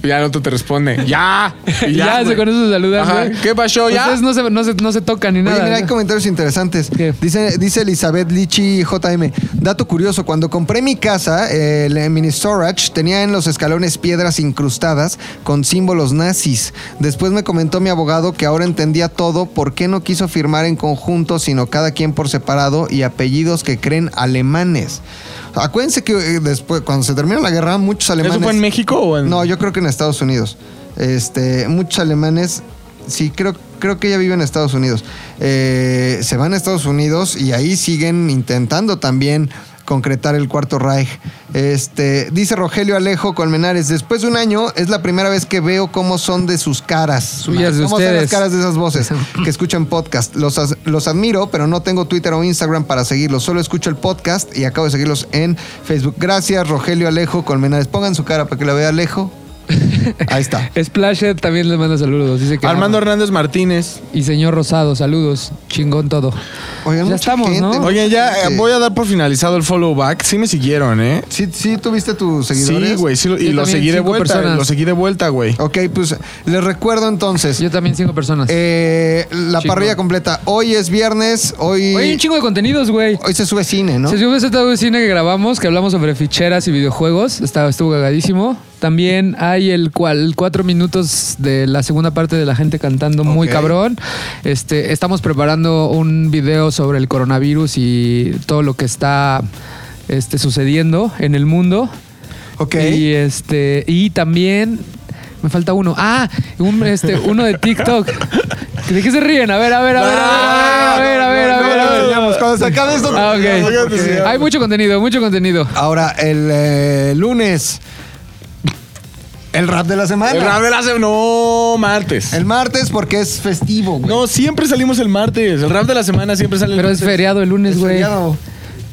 Y ya el otro te responde, ya. Y ya,
Ya, se
güey.
con eso se saludan,
Ajá.
güey.
¿Qué pasó ya?
Ustedes Pues no se, no se, no se tocan ni
Oye,
nada.
mira, hay comentarios interesantes.
¿Qué?
Dice, dice Elizabeth Lichi JM. Dato curioso, cuando compré mi casa, eh, el mini storage tenía en los escalones piedras incrustadas con símbolos nazis. Después me comentó mi abogado que ahora entendía todo por qué no quiso firmar en conjunto, sino cada quien por separado y apellidos que creen alemanes. Acuérdense que eh, después, cuando se terminó la guerra, muchos alemanes.
¿Eso fue en México o en...?
No, yo creo que en Estados Unidos. Este, muchos alemanes, sí, creo, creo que ella vive en Estados Unidos. Eh, se van a Estados Unidos y ahí siguen intentando también concretar el cuarto Reich. Este, dice Rogelio Alejo Colmenares, después de un año es la primera vez que veo cómo son de sus caras.
Suyas de
cómo son las
ustedes.
caras de esas voces que escuchan podcast. Los, as- los admiro, pero no tengo Twitter o Instagram para seguirlos. Solo escucho el podcast y acabo de seguirlos en Facebook. Gracias, Rogelio Alejo Colmenares. Pongan su cara para que la vea Alejo. Ahí está.
Splasher también le manda saludos. Dice que
Armando Hernández Martínez.
Y señor Rosado, saludos. Chingón todo.
Oigan,
Ya
mucha
estamos,
gente,
¿no?
mucha
Oye, ya eh,
gente.
voy a dar por finalizado el follow back. Sí me siguieron, ¿eh?
¿Sí, sí tuviste tus seguidores?
Sí, güey. sí lo- y
Yo
lo
también,
seguí de
cinco
vuelta.
personas.
Lo seguí de vuelta, güey.
Ok, pues les recuerdo entonces.
Yo también cinco personas.
eh, la
Chico.
parrilla completa. Hoy es viernes, hoy,
Oye, hay un chingo de contenidos, güey.
hoy se sube cine, ¿no?
Se sube ese de cine que grabamos, que hablamos sobre ficheras y videojuegos. Estaba, estuvo cagadísimo. También hay el cual cuatro minutos de la segunda parte de la gente cantando muy
Ok.
cabrón. Este, estamos preparando un video sobre el coronavirus y todo lo que está este, sucediendo en el mundo.
ok.
Y este. Y también. Me falta uno. Ah, un, este, uno de TikTok. ¿De qué se ríen? A ver, a ver, a ver, a ver, a ver, a ver, a ver, a ver.
Terminamos. Cuando se acabe esto,
Ah,
terminamos.
ok.
Ok.
Hay mucho contenido, mucho contenido.
Ahora, el eh, lunes. El rap de la semana.
El rap de la semana. No, martes.
El martes porque es festivo, güey.
No, siempre salimos el martes. El rap de la semana siempre sale el
Pero es
martes.
feriado el lunes,
Es
güey.
feriado.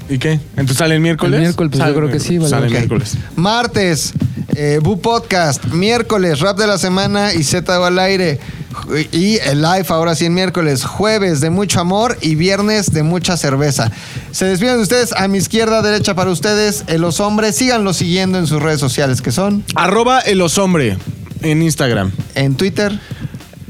¿Y qué? ¿Entonces sale el miércoles?
El miércoles, pues,
Sale
yo creo
el
que sí,
miércoles,
vale.
Sale
Ok.
el miércoles.
Martes, eh, Bu Podcast. Miércoles, Rap de la Semana y Z va al aire. Ju- Y el live ahora sí en miércoles. Jueves de mucho amor y viernes de mucha cerveza. Se despiden de ustedes a mi izquierda, derecha para ustedes. eh, los hombres, síganlo siguiendo en sus redes sociales que son
Arroba el osombre en Instagram.
en Twitter,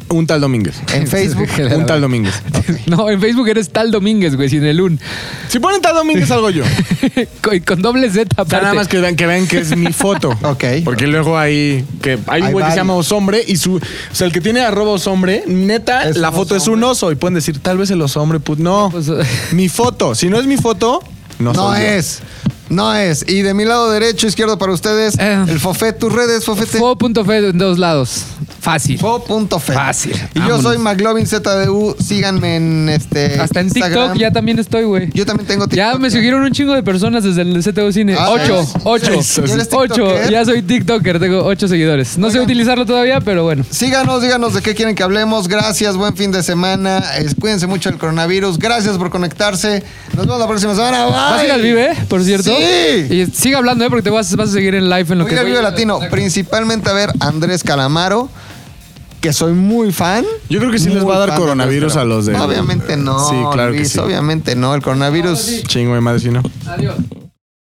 Un tal Domínguez.
en Facebook.
Que la
Un tal
verdad.
Domínguez.
No, en Facebook eres tal Domínguez, güey, sin el un.
Si ponen tal Domínguez, salgo yo. O
con, con doble Z
sea,
aparte.
nada más que vean que, vean que es mi foto.
Ok.
Porque luego hay, que hay un
Hay
güey que se llama
varios.
Osombre y su. O sea, el que tiene arroba Osombre, neta,
Es
la
un
foto es un
osombre. eh.
oso. Y pueden decir, tal vez el Osombre, put. No.
Pues,
mi foto. Si no es mi foto, no,
No
soy yo.
es. No es. Y de mi lado derecho, izquierdo para ustedes,
Eh.
el Fofet, tus redes, Fofete.
Fo.fe en dos lados. Fácil.
Fo.fe.
Fácil.
Y yo
Vámonos.
soy McLovin ZDU. Síganme en este.
Hasta en
Instagram.
TikTok ya también estoy, güey.
Yo también tengo TikTok.
Ya me siguieron un chingo de personas desde el CTU Cine.
Ah,
ocho,
¿sí?
ocho,
¿Sí eres
ocho.
TikToker?
Ya soy TikToker, tengo ocho seguidores. No sé utilizarlo todavía, pero bueno.
Síganos, díganos de qué quieren que hablemos. Gracias, buen fin de semana. Eh, Cuídense mucho del coronavirus. Gracias por conectarse. Nos vemos la próxima semana. Bye.
¿Vas a ir al Vive, por cierto?
Sí.
Y sigue hablando, ¿eh? Porque te vas, vas a seguir en live en
Voy
lo
a
que...
ir al Vive Latino. Principalmente a ver a Andrés Calamaro, que soy muy fan.
Yo creo que sí les
Muy
va a dar
fan de
coronavirus
Andrés
a los de-
Obviamente no.
Sí, claro que
Luis,
sí.
Obviamente no. El coronavirus.
Chingo de madre, si no.
Adiós.